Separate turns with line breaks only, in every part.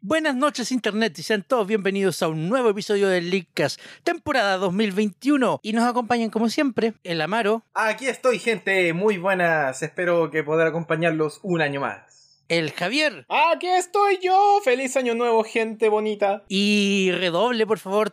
Buenas noches Internet y sean todos bienvenidos a un nuevo episodio de Leakcast, temporada 2021. Y nos acompañan como siempre el Amaro,
Aquí estoy, gente. Muy buenas. Espero que poder acompañarlos un año más.
el Javier
Aquí estoy yo. Feliz año nuevo, gente bonita.
y redoble por favor.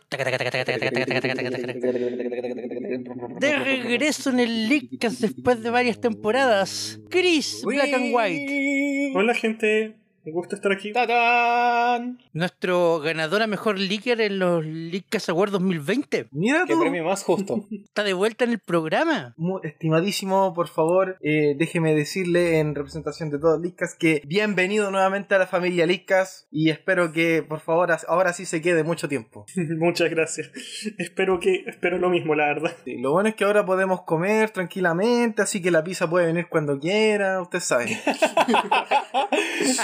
De
De
regreso en el Leakcast después de varias temporadas, Chris Black and White,
Hola gente, me gusta estar aquí.
¡Tatán!
nuestro ganador a mejor leaker en los Leakcast Awards 2020,
Mira
¡Qué
tú.
premio más justo!
está de vuelta en el programa.
Mu- Estimadísimo, por favor, eh, déjeme decirle en representación de todos Lickas que bienvenido nuevamente a la familia Lickas y espero que, por favor, as- ahora sí se quede mucho tiempo.
Muchas gracias. Espero que espero lo mismo, la verdad.
Sí, lo bueno es que ahora podemos comer tranquilamente, así que la pizza puede venir cuando quiera, usted sabe.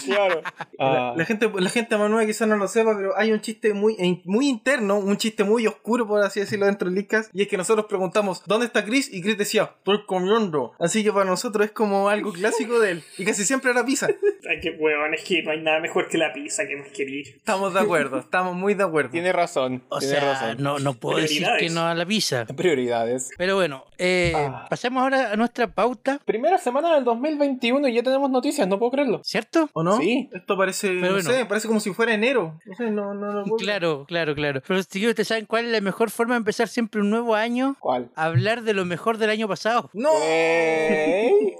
claro.
Ah.
La, la gente, la gente más nueva quizás no lo sepa, pero hay un chiste muy, en- muy interno, un chiste muy oscuro, por así decirlo, dentro del Lickas. Y es que nosotros preguntamos, ¿dónde está Chris? Y Chris decía, estoy comiendo. Así que para nosotros es como algo clásico de él. Y casi siempre era pizza.
Ay, qué huevón, es que no hay nada mejor que la pizza que más querí.
Estamos de acuerdo, estamos muy de acuerdo.
Tiene razón.
O
tiene
sea,
razón.
no, no puedo decir que
Prioridades.
no a la pizza.
Prioridades.
Pero bueno, eh,
Ah.
pasemos ahora a nuestra pauta,
Primera semana del 2021 y ya tenemos noticias, no puedo creerlo.
¿cierto?
¿O no?
Sí.
Esto parece,
Pero
no
bueno.
sé, parece como si fuera enero. No sé, no, no, lo puedo-
Claro, claro, claro. Pero si ustedes saben cuál es la mejor forma de empezar siempre un nuevo año,
¿Cuál?
hablar de lo mejor del año pasado.
¡No!
¡Ey!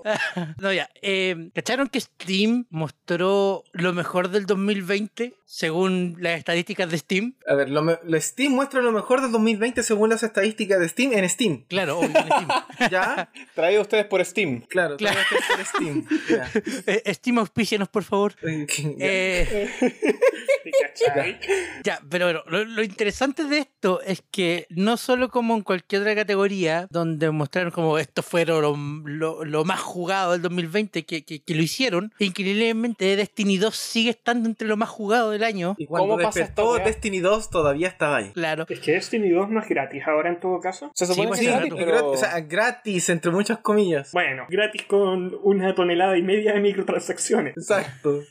No, ya. eh, ¿Cacharon que Steam mostró lo mejor del 2020 según las estadísticas de Steam?
A ver, lo, me- lo Steam muestra lo mejor del 2020 según las estadísticas de Steam en Steam.
Claro, obvio, en Steam.
¿Ya?
Traído a ustedes por Steam.
Claro,
Claro.
claro. Steam. Ya.
Eh, Steam, auspícianos, por favor.
Ya.
Eh,
¿Te cachai?
Ya, pero bueno, lo, lo interesante de esto es que no solo como en cualquier otra categoría, donde mostraron como esto fueron lo, lo- lo más jugado del 2020 que, que, que lo hicieron, increíblemente Destiny 2 sigue estando entre lo más jugado del año.
Y cuando
¿Cómo pasa
despertó
esta weá?
Destiny 2 todavía estaba ahí.
Claro.
Es que Destiny 2 no es gratis ahora en todo caso.
Se supone
pues,
que
Sí,
es
claro.
gratis,
y
pero...
grat- o sea, gratis, entre muchas comillas.
Bueno, gratis con una tonelada y media de microtransacciones.
Exacto.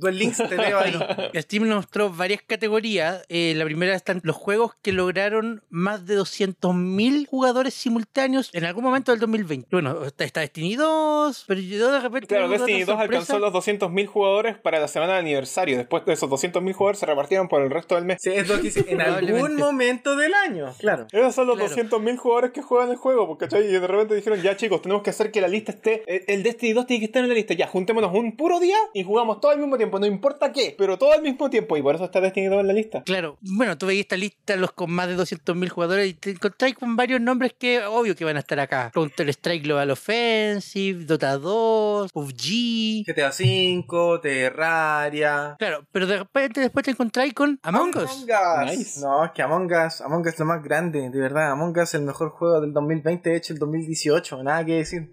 Los links te veo ahí.
Steam nos mostró varias categorías. Eh, la primera están los juegos que lograron más de 200.000 jugadores simultáneos en algún momento del 2020. Bueno, está, está Destiny 2, pero yo de repente...
Claro,
tengo una
Destiny 2
sorpresa.
alcanzó los 200.000 jugadores para la semana de aniversario. Después de esos 200.000 jugadores se repartieron por el resto del mes.
Sí, es lo que dice, en algún
Probablemente.
momento del año. Claro.
Esos son los
Claro.
200.000 jugadores que juegan el juego, porque ¿cachai? Y de repente dijeron, ya chicos, tenemos que hacer que la lista esté... eh, El, el Destiny 2 tiene que estar en la lista. Ya, juntémonos un puro día y jugamos todo al mismo tiempo, no importa qué, pero todo al mismo tiempo. Y por eso está Destiny 2 en la lista.
Claro, bueno, tú veis esta lista, los con más de 200.000 jugadores, y te encontráis con varios nombres que obvio que van a estar acá. Counter-Strike Global Offensive, Dota 2, PUBG...
GTA V, Terraria.
Claro, pero de repente después te encontráis con Among Us.
Us.
Nice.
No, es que Among Us, Among Us es lo más grande, de verdad. Among Us es el mejor juego del 2020, hecho el 2018, nada que decir.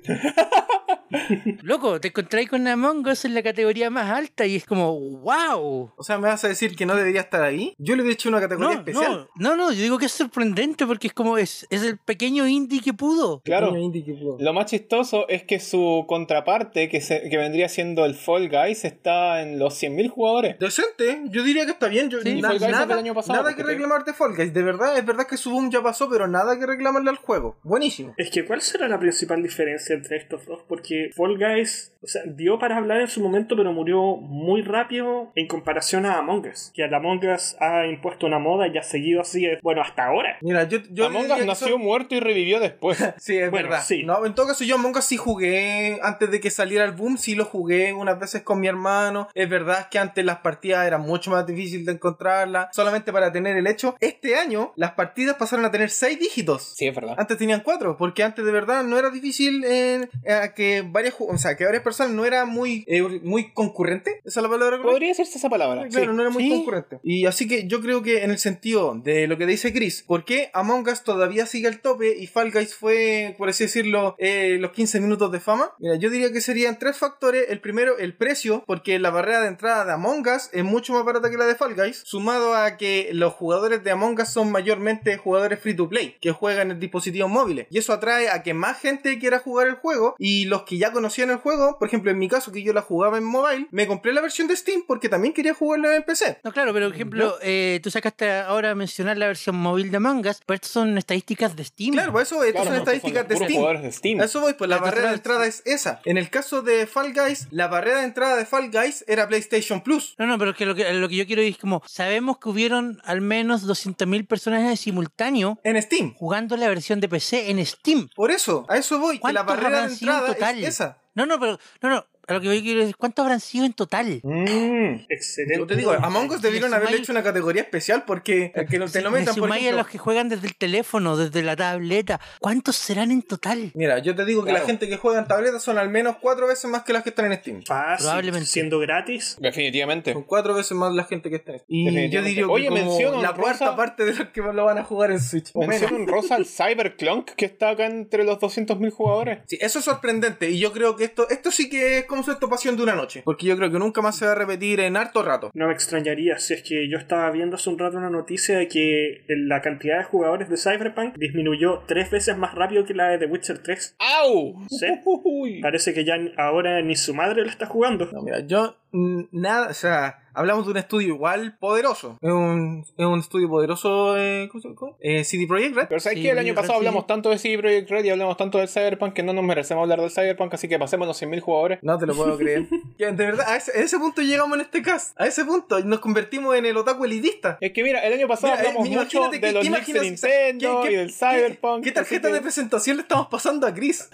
Loco, te encontráis con Among Us en la categoría más alta y es como, wow.
O sea, ¿me vas a decir que no debería estar ahí? Yo le hubiera hecho una categoría
No,
especial.
no, no, no, yo digo que es sorprendente porque es como, es, es el pequeño indie que pudo.
Claro.
Pequeño indie que pudo.
Lo más chistoso es que su contraparte, que, se- que vendría siendo el Fall Guys, está en los 100.000 jugadores.
Decente, yo diría que está bien. Yo,
Sí,
na-
Fall Guys es
nada,
del año pasado,
nada que
porque-
reclamar de Fall Guys. De verdad, es verdad que su boom ya pasó, pero nada que reclamarle al juego. Buenísimo.
Es que, ¿cuál será la principal diferencia entre estos dos? Porque Fall Guys, o sea, dio para hablar en su momento, pero murió muy rápido en comparación a Among Us. Que a Among Us ha impuesto una moda y ha seguido así, eh, bueno, hasta ahora.
Mira, yo, yo
Among
diría
Us
que
nació
son-
muerto y revivió después.
Sí, es
Bueno,
verdad.
sí.
No, en todo caso, yo Among Us sí jugué antes de que saliera el boom. Sí lo jugué unas veces con mi hermano. Es verdad que antes las partidas eran mucho más difíciles de encontrarlas. Solamente para tener el hecho, este año las partidas pasaron a tener 6 dígitos.
sí, es verdad.
Antes tenían cuatro, porque antes de verdad no era difícil eh, eh, que varias, ju- o sea, que varias personas no era muy, eh, muy concurrente. Esa es la palabra. correcta?
Podría decirse esa palabra. sí.
Claro, no era muy
Sí.
concurrente. Y así que yo creo que en el sentido de lo que dice Chris, ¿por qué Among Us todavía sigue al tope y Fall Guys fue, por así decirlo, eh, los 15 minutos de fama? Mira, yo diría que serían tres factores. El primero, el precio, porque la barrera de entrada de Among Us es mucho más barata que la de Fall Guys, sumado a que los jugadores de Among Us son mayormente jugadores free to play, que juegan en dispositivos móviles. Y eso atrae a que más gente quiera jugar el juego y los que ya ya conocían el juego, por ejemplo, en mi caso que yo la jugaba en mobile, me compré la versión de Steam porque también quería jugarla en PC.
No, claro, pero por ejemplo, eh, tú sacaste ahora a mencionar la versión móvil de Among Us, pero estas son estadísticas de Steam.
Claro, pues eso, estas
Claro,
son
no,
estadísticas de
puros
Steam.
jugadores de Steam.
A eso voy, pues la
Entonces,
barrera de
es-
entrada es esa. En el caso de Fall Guys, la barrera de entrada de Fall Guys era PlayStation Plus.
No, no, pero que lo, que lo que yo quiero es como, sabemos que hubieron al menos 200.000 personas en simultáneo
En Steam.
jugando la versión de PC en Steam.
Por eso, a eso voy, que la
¿Cuántos
barrera de
habrán sido en
entrada
total?
es esa.
No, no, pero, no, no, a lo que yo quiero decir, ¿cuántos habrán sido en total?
Mm.
Excelente.
Yo te digo, Among Us debieron
le
haberle
sumáis-
hecho una categoría especial porque eh, que no te lo
Si le
metan, por
sumáis a
ejemplo.
los que juegan desde el teléfono, desde la tableta, ¿cuántos serán en total?
Mira, yo te digo que la
Claro.
gente que juega en tabletas son al menos cuatro veces más que las que están en Steam.
Ah.
Fácil,
Probablemente.
siendo gratis.
Definitivamente.
Son cuatro veces más la gente que está en Steam. Y yo
Definitivamente.
diría que
Oye,
como
menciono,
la cuarta
Rosa-
parte de los que lo van a jugar en Switch. o menos.
Menciono un rosa al Cyberclunk que está acá entre los 200.000 jugadores.
Sí, eso es sorprendente y yo creo que esto esto sí que es como su pasión de una noche, porque yo creo que nunca más se va a repetir en harto rato.
No me extrañaría si es que yo estaba viendo hace un rato una noticia de que la cantidad de jugadores de Cyberpunk disminuyó tres veces más rápido que la de The Witcher 3.
¡Au!
Sí.
Ujujuy.
Parece que ya ni- ahora ni su madre lo está jugando.
No, mira, yo mm, nada, o sea, hablamos de un estudio igual poderoso. Es un, es un estudio poderoso, eh, ¿cómo se llama? Eh, CD Projekt Red.
Pero sabes
Sí,
que el
yo
año
creo
pasado
que sí.
hablamos tanto de CD Projekt Red y hablamos tanto del Cyberpunk que no nos merecemos hablar del Cyberpunk, así que pasemos los 100.000 jugadores.
No te lo puedo creer. Ya, De verdad, a ese, a ese punto llegamos en este caso. A ese punto nos convertimos en el otaku elitista.
Es que mira, el año pasado
Mira, eh,
hablamos mucho
imagínate
de
que-
los
¿qué
leaks de
imaginas? O sea,
Nintendo
¿qué-
y
qué-
del Cyberpunk.
¿Qué, qué tarjeta
así que-
de presentación le estamos pasando a Chris?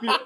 Mira,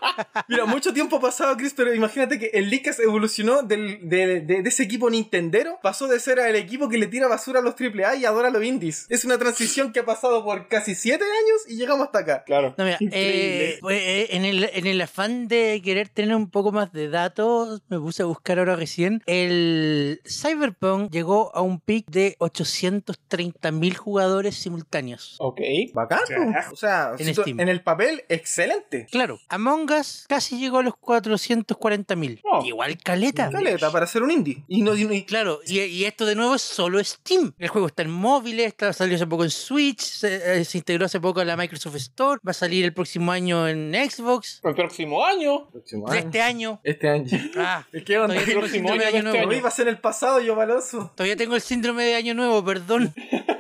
mira, mucho tiempo ha pasado, Chris, pero imagínate que el Lickas evolucionó del- de, de- de ese equipo Nintendero, pasó de ser al equipo que le tira basura a los AAA y adora los indies. Es una transición que ha pasado por casi 7 años y llegamos hasta acá.
Claro.
No, mira,
Increíble.
eh, pues, eh, en, el, en el afán de querer tener un poco más de datos, me puse a buscar ahora recién. El Cyberpunk llegó a un pic de 830.000 jugadores simultáneos.
Ok.
Bacán, po.
Carajo.
o sea,
En
si tú-
Steam.
en el papel, excelente.
Claro, Among Us casi llegó a los 440.000.
Oh.
Igual caleta.
Caleta para ser un indie. Y no, y no- y-
Claro, y, y esto de nuevo es solo Steam. El juego está en móviles, está, salió hace poco en Switch, se, eh, se integró hace poco a la Microsoft Store, va a salir el próximo año en Xbox,
El próximo año.
este año.
Este año.
Ah,
¿Qué onda?
todavía tengo el
Próximo
síndrome de
año
año
de este
nuevo.
Hoy va a ser el pasado, yo baloso.
Todavía tengo el síndrome de año nuevo, perdón.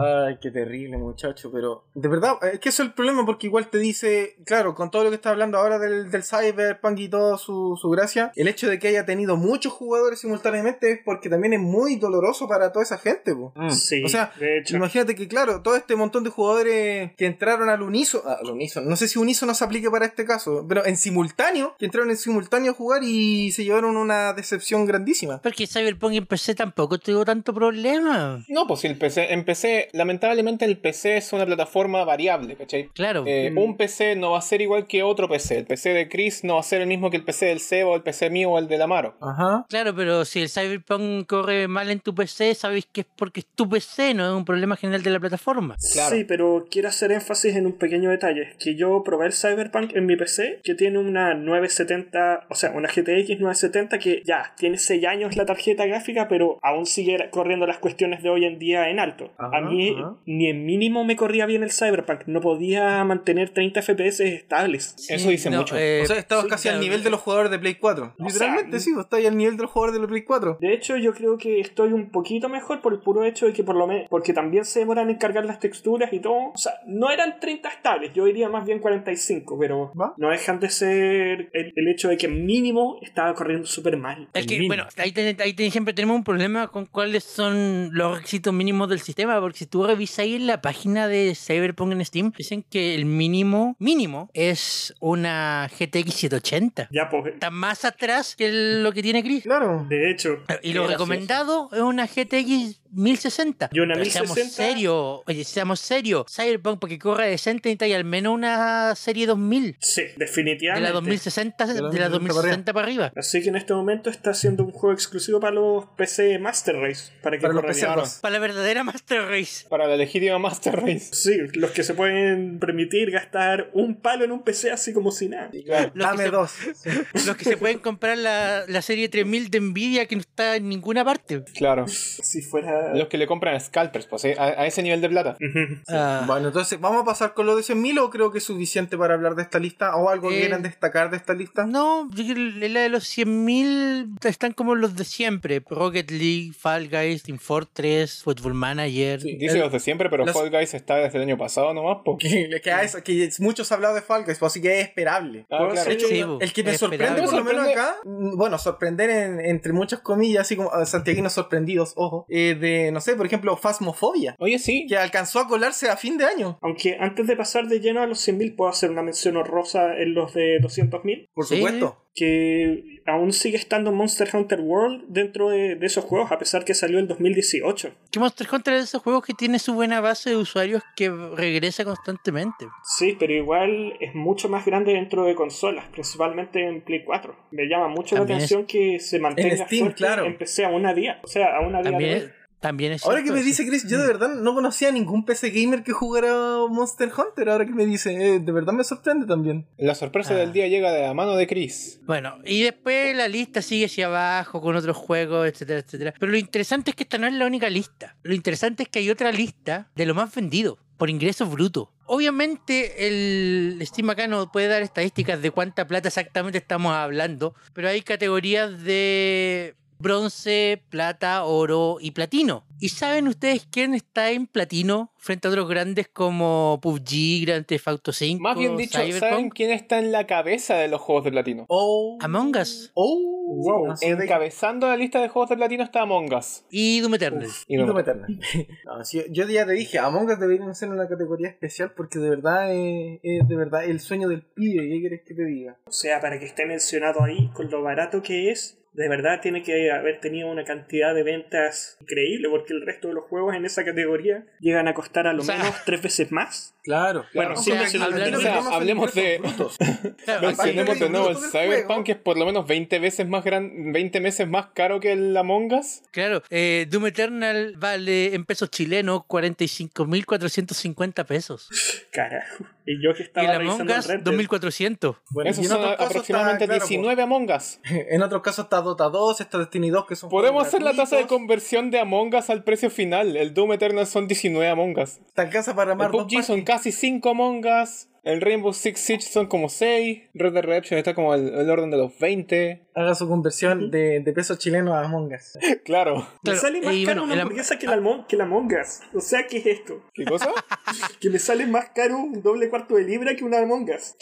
Ay, qué terrible, muchacho, pero de verdad, es que eso es el problema porque igual te dice, claro, con todo lo que está hablando ahora del, del Cyberpunk y toda su, su gracia, el hecho de que haya tenido muchos jugadores simultáneamente es porque también es muy doloroso para toda esa gente, po.
Sí,
O sea,
de hecho.
Imagínate que, claro, todo este montón de jugadores que entraron al unísono, al unísono, no sé si unísono se aplique para este caso, pero en simultáneo, que entraron en simultáneo a jugar y se llevaron una decepción grandísima.
Porque Cyberpunk en PC tampoco tuvo tanto problema.
No, pues si el PC, en PC, lamentablemente el PC es una plataforma variable, ¿cachai?
Claro.
Eh,
Mm.
Un PC no va a ser igual que otro PC. El PC de Chris no va a ser el mismo que el PC del Seba o el PC mío o el del Amaro.
Ajá.
Claro, pero si el Cyberpunk corre mal en tu PC, sabéis que es porque es tu PC, no es un problema general de la plataforma.
Claro.
Sí, pero quiero hacer énfasis en un pequeño detalle, que yo probé el Cyberpunk en mi PC, que tiene una 970, o sea, una GTX 970 que ya tiene 6 años la tarjeta gráfica, pero aún sigue corriendo las cuestiones de hoy en día en alto.
Ajá,
a mí
ajá.
ni en mínimo me corría bien el Cyberpunk, no podía mantener 30 FPS estables.
Eso dice mucho.
eh,
o sea, estabas
sí,
casi al
claro,
nivel de los jugadores de Play 4.
O
Literalmente,
sea,
sí, pues, estabas al nivel de los jugadores de los Play 4.
De hecho, yo creo que estoy un poquito mejor por el puro hecho de que por lo menos, porque también se demoran en cargar las texturas y todo. O sea, no eran 30 estables, yo diría más bien 45, pero
¿Va?
no dejan de ser el, el hecho de que mínimo estaba corriendo súper mal.
Es
El
que,
mínimo.
bueno, ahí, ten- ahí ten- siempre tenemos un problema con cuáles son los requisitos mínimos del sistema, porque si tú revisas ahí en la página de Cyberpunk en Steam, dicen que el mínimo, mínimo, es una GTX 780.
Ya, pues,
Está más atrás que el- lo que tiene Chris.
Claro.
de hecho,
Y lo
Qué gracioso.
recomendado es una GTX 1060.
Y una
Pero
1060.
Seamos serios, oye, seamos serios. Cyberpunk, porque corre decente, necesita y al menos una serie 2000.
sí,
De la
definitivamente.
2060,
De la
de la
2060
2060 para arriba.
Así que en este momento está siendo un juego exclusivo para los PC Master Race. Para que
Para los
corran
PC
bien.
Plus.
Para la verdadera Master Race.
Para la legítima Master Race.
Sí, los que se pueden permitir gastar un palo en un PC así como si nada.
Los que
Dame
se-
dos.
Los que se pueden comprar la, la serie 3000 de Nvidia que no está en ninguna parte.
Claro.
Si fuera sea.
Los que le compran a Scalpers, pues eh, a, a ese nivel de plata.
Ujú.
Ah,
Bueno, entonces, ¿vamos a pasar con lo de 100.000 o creo que es suficiente para hablar de esta lista? ¿O algo que
Eh,
quieran destacar de esta lista?
No, yo creo que la de los 100.000 están como los de siempre. Rocket League, Fall Guys, Team Fortress, Football Manager.
Sí.
Dice los de siempre, pero
Las-
Fall Guys está desde el año pasado nomás. po.
Que, que, a eso- que muchos han hablado de Fall Guys, pues, así que es esperable.
Ah,
Por
claro.
eso,
Sí,
yo-
bu,
el que me
es
sorprende,
esperable.
por lo menos
Sorprende-
acá, mm, bueno, sorprender en- entre muchas comillas, así como ah, santiaguinos sorprendidos, ojo, eh, de, no sé, por ejemplo, Fasmofobia,
Oye, sí.
que alcanzó a colarse a fin de año.
Aunque antes de pasar de lleno a los 100.000, puedo hacer una mención honrosa en los de 200.000.
Por
Sí.
supuesto.
Que aún sigue estando Monster Hunter World dentro de, de esos juegos, a pesar que salió en 2018.
Que Monster Hunter es de esos juegos que tiene su buena base de usuarios que regresa constantemente.
Sí, pero igual es mucho más grande dentro de consolas, principalmente en Play 4. Me llama mucho
También
la
es-
atención que se mantenga
Steam,
fuerte
claro.
en PC a una día. O sea, a una día
También
de
es,
hoy.
también es
Ahora que
cierto
me
eso.
dice Chris, yo de verdad no conocía a ningún PC gamer que jugara Monster Hunter. Ahora que me dice, eh, de verdad me sorprende también.
La sorpresa
Ah.
del día llega de la mano de Chris.
Bueno, y después la lista sigue hacia abajo con otros juegos, etcétera, etcétera. Pero lo interesante es que esta no es la única lista. Lo interesante es que hay otra lista de lo más vendido por ingresos brutos. Obviamente el Steam acá no puede dar estadísticas de cuánta plata exactamente estamos hablando, pero hay categorías de bronce, plata, oro y platino. ¿Y saben ustedes quién está en platino frente a otros grandes como PUBG, Grand Theft Auto 5,
Más bien dicho, ¿saben
Cyberpunk?
quién está en la cabeza de los juegos de platino?
Oh.
Among Us.
Oh.
Wow.
No sé de-
Encabezando la lista de juegos de platino está Among Us.
Y Doom Eternal.
Y
Doom
no-
Eternal. No, sí, yo ya te dije, Among Us debería ser una categoría especial porque de verdad es, es de verdad el sueño del pibe. ¿Qué quieres que te diga?
O sea, para que esté mencionado ahí, con lo barato que es, de verdad tiene que haber tenido una cantidad de ventas increíble, porque el resto de los juegos en esa categoría llegan a costar a lo
O sea-
menos tres veces más.
Claro.
Bueno,
o sea, hablando-
hablemos de-
Claro,
Mencionemos de nuevo el
Aparte del
Cyberpunk, que es por lo menos 20 veces más gran, 20 meses más caro que el Among Us.
Claro, eh, Doom Eternal vale en pesos chilenos 45.450 pesos.
Carajo. Y yo que
Y
estaba
el Among
revisando el
Us,
Red Dead,
2.400.
Bueno,
Esos
y en
son
otros casos
aproximadamente
está, claro,
19 Among Us.
pues, En otros casos está Dota 2, está Destiny 2, que son.
Podemos
juegos
hacer la tasa de
gratuitos.
conversión de Among Us al precio final. El Doom Eternal son 19 Among Us.
Te alcanza para
El
armar dos
PUBG son casi 5 Among Us. El Rainbow Six Siege son como 6. Red Dead Redemption está como el, el orden de los 20.
Haga su conversión de, de pesos chilenos a Among Us.
Claro.
Me
Claro,
sale más
y
caro
bueno, el
una
Am-
hamburguesa que, la Among- que la Among Us. O sea, ¿qué es esto?
¿Qué cosa?
Que me sale más caro un doble cuarto de libra que una Among Us.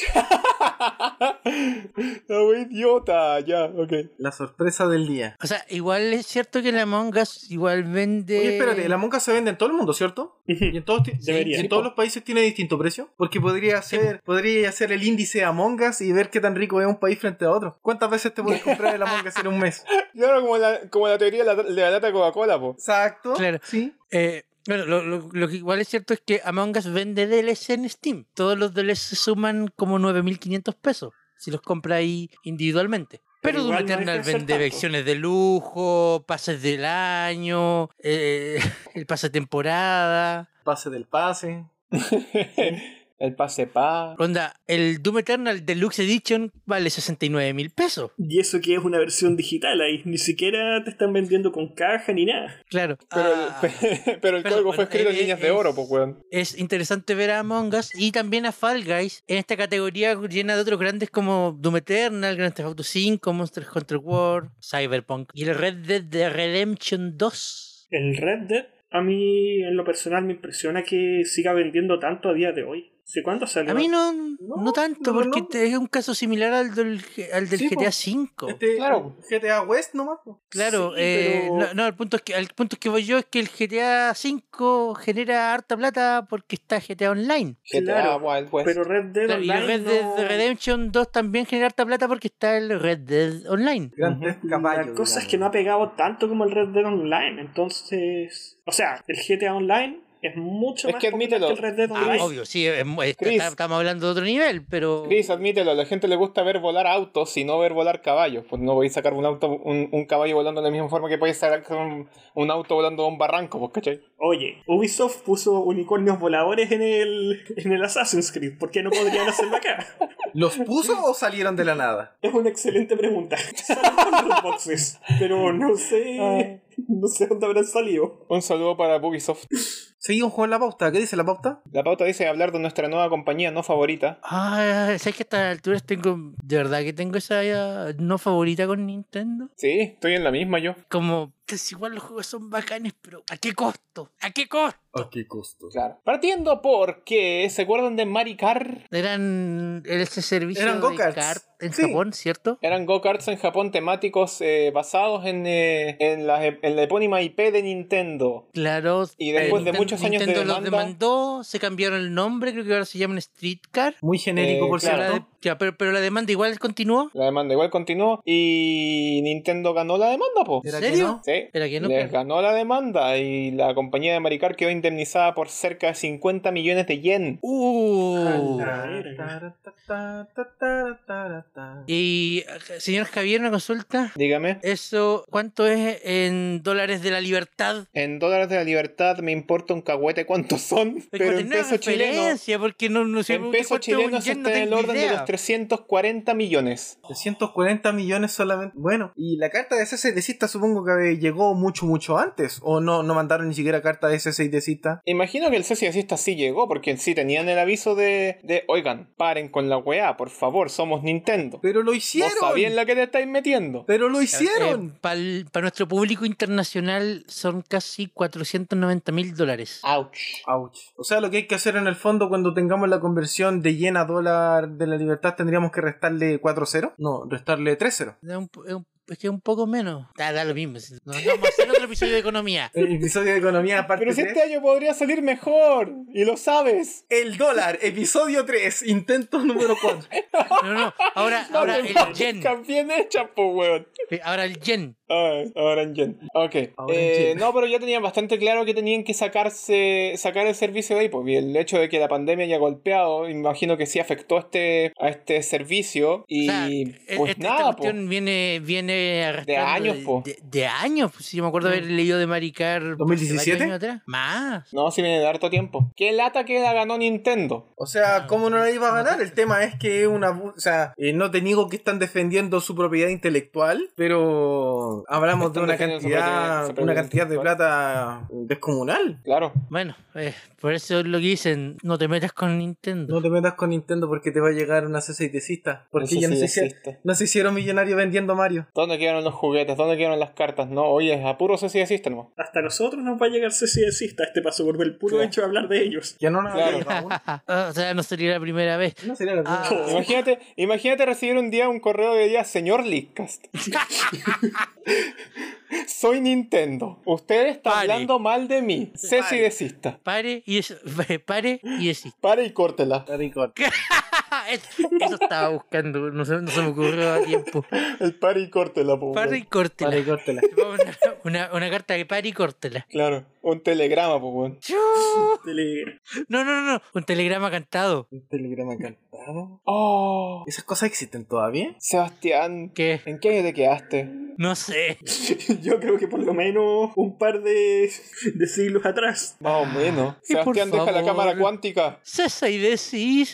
La wea idiota. Ya, ok.
La sorpresa del día.
O sea, igual es cierto que el Among Us igual vende...
Oye, espérate, la monca se vende en todo el mundo, ¿cierto? Y en todos, ti-
Debería.
y en todos los países tiene distinto precio. Porque podría ser, podría hacer el índice Among Us y ver qué tan rico es un país frente a otro. ¿Cuántas veces te puedes comprar el Among Us en un mes?
Y ahora como la, como la teoría de la, de la lata de Coca-Cola, po.
Exacto.
Claro.
Sí.
Eh, bueno, lo, lo- lo que igual es cierto es que Among Us vende DLC en Steam. Todos los DLC suman como 9.500 pesos si los compra ahí individualmente. Pero
Pero
Doom
igual no deja
Eternal
de ser
vende
tanto.
versiones de lujo, pases del año, eh, el pase de temporada.
Pase del pase.
El pase pa.
Onda, el Doom Eternal Deluxe Edition vale 69 mil pesos.
Y eso que es una versión digital ahí. Ni siquiera te están vendiendo con caja ni nada.
Claro.
Pero,
Ah,
el, pero el
Pero,
código fue
bueno,
escrito en
eh,
líneas
eh,
de oro,
es-
pues, weón.
es interesante ver a Among Us y también a Fall Guys en esta categoría llena de otros grandes como Doom Eternal, Grand Theft Auto 5, Monster Hunter World, Cyberpunk y el Red Dead de Redemption 2.
El Red Dead, a mí en lo personal me impresiona que siga vendiendo tanto a día de hoy. ¿Sí cuánto salió?
A mí no, no tanto,
no,
porque
no.
te- es un caso similar al del, al del
Sí,
GTA
pues.
V.
Este,
Claro.
GTA West nomás. po.
Claro,
Sí,
eh,
pero-
no, no, el punto es que al punto que voy yo es que el GTA V genera harta plata porque está GTA Online.
GTA
claro,
Wild West.
Pero Red Dead
Claro, y el
Online
Red Dead
no-
Redemption 2 también genera harta plata porque está el Red Dead Online.
Gran Theft Caballo.
la cosa
digamos.
es que no ha pegado tanto como el Red Dead Online. Entonces. O sea, el GTA Online es mucho
Es
más
que
popular
admítelo.
el Red Dead
Ah,
Online.
obvio, sí, es mu- está-
Chris.
está- estamos hablando de otro nivel, pero...
Chris, admítelo, a la gente le gusta ver volar autos y no ver volar caballos. Pues no podéis sacar un auto, un, un caballo volando de la misma forma que podéis sacar un, un auto volando a un barranco, pues, ¿cachai?
Oye, Ubisoft puso unicornios voladores en el, en el Assassin's Creed. ¿Por qué no podrían hacerlo acá?
¿Los puso o salieron de la nada?
Ah.
Es una excelente pregunta. Salen con los boxes, pero no sé No sé dónde habrán salido.
Un saludo para Bugisoft.
Seguimos con la pauta. ¿Qué dice la pauta?
La pauta dice hablar de nuestra nueva compañía no favorita.
Ah, ¿sabes que a estas alturas tengo. De verdad que tengo esa ya no favorita con Nintendo?
Sí, estoy en la misma yo.
Como. Es igual los juegos son bacanes, pero ¿a qué costo? ¿A qué costo?
¿A qué costo?
Claro. Partiendo porque, ¿se acuerdan de Maricar?
Eran ese servicio
Eran
de
go-karts.
kart en
Sí.
Japón, ¿cierto?
Eran go-karts en Japón temáticos eh, basados en, eh, en, la, en la epónima IP de Nintendo.
Claro.
Y después
eh,
de
Ninten-
muchos años de
Nintendo
demanda-
los demandó, se cambiaron el nombre, creo que ahora se llaman Streetcar.
Muy genérico,
Eh,
por
claro.
La
cierto.
de- ya, pero, pero la demanda igual continuó.
La demanda igual continuó y Nintendo ganó la demanda, po.
¿En
¿Era que
serio?
no?
Sí.
Era que no,
Les
claro.
ganó la demanda y la compañía de Maricar quedó indemnizada por cerca de 50 millones de yen.
Uh.
Ala.
Y eh, señor Javier, una consulta.
Dígame.
¿Eso cuánto es en dólares de la libertad?
En dólares de la libertad me importa un cagüete cuántos son, pero en
tener una
peso chileno,
referencia, porque no, no sé
en
cuánto
peso
es un yen,
chileno está
no
en el
tengo
orden de
idea. Eh,
los 340 millones.
340 millones solamente. Bueno, y la carta de ss desista supongo que llegó mucho, mucho antes. O no, no mandaron ni siquiera carta de ss y desista.
Imagino que el cese de así llegó, porque sí tenían el aviso de, de, oigan, paren con la weá, por favor, somos Nintendo.
Pero lo
No
hicieron.
sabían la Eh, que te estáis metiendo.
Pero lo hicieron.
Para eh, nuestro público internacional son casi 490 mil dólares.
Ah. Ouch.
Ouch. O sea, lo que hay que hacer en el fondo cuando tengamos la conversión de yen a dólar de la libertad tendríamos que restarle 4-0. No, restarle 3-0.
Es, un- es un- es que es un poco menos. Da, da lo mismo. si- no, no, vamos a hacer otro episodio de economía.
El Eh, episodio de economía aparte
Pero si este año podría salir mejor, y lo sabes.
El dólar, episodio 3, intento número 4.
No, no. Ahora,
No
ahora
te
el
mames,
yen.
Bien hecha, po, weón.
Eh, Ahora el yen.
Ah, Ahora en yen. Ok.
Ahora en
Eh,
yen.
no, pero ya tenían bastante claro que tenían que sacarse, sacar el servicio de ahí, pues, y el hecho de que la pandemia haya golpeado, imagino que sí afectó a este, a este servicio. Y
O sea, e- esta,
pues
esta
nada, pues.
cuestión viene, viene arrastrando
años, po. Mm.
De, de años, pues, si yo me acuerdo haber leído de Maricar. hace varios
2017?
años atrás. Más.
No, si viene de harto tiempo. ¿Qué lata que la ganó Nintendo?
O sea, ¿cómo no la iba a ganar? El tema es que es una... bu- O sea, eh, no te niego que están defendiendo su propiedad intelectual, pero hablamos de
Están
una
defendiendo su propiedad- su
cantidad,
propiedad
una cantidad de
intelectual.
plata descomunal.
Claro.
Bueno, eh, por eso es lo que dicen, no te metas con Nintendo.
No te metas con Nintendo porque te va a llegar una C6 Porque
Eso
ya no
sí
se hicieron-
existe.
no se hicieron millonarios vendiendo Mario.
¿Dónde quedaron los juguetes? ¿Dónde quedaron las cartas? No, oye, es a puro Ceci de System. ¿no?
Hasta nosotros nos va a llegar Ceci de Sista este paso por el puro
Claro.
hecho de hablar de ellos.
Que no nos
Claro.
había llegado aún.
Ah, o sea, no sería la primera vez.
No sería la
Ah.
primera.
Imagínate, imagínate recibir un día un correo de día, señor Leakcast. Soy Nintendo. Usted está
Pare.
hablando mal de mí. Ceci
Pare.
desista.
Pare y es, pare y es
Pare y córtela.
Está rico.
eso, eso estaba buscando, no se, no se me ocurrió a tiempo.
El pare y córtela, po,
Pare y
weón.
córtela.
Vale, córtela.
Una, una, una carta de pare y córtela.
Claro, un telegrama, pues, weón.
Chu.
Tele-
No, no, no, un telegrama cantado.
Un este telegrama cantado.
Oh,
¿Esas cosas existen todavía?
Sebastián.
¿Qué?
¿En qué año te quedaste?
No sé.
Yo creo que por lo menos un par de, de siglos atrás.
Más o menos.
y por
Sebastián, deja la
favor.
cámara cuántica.
Cesa y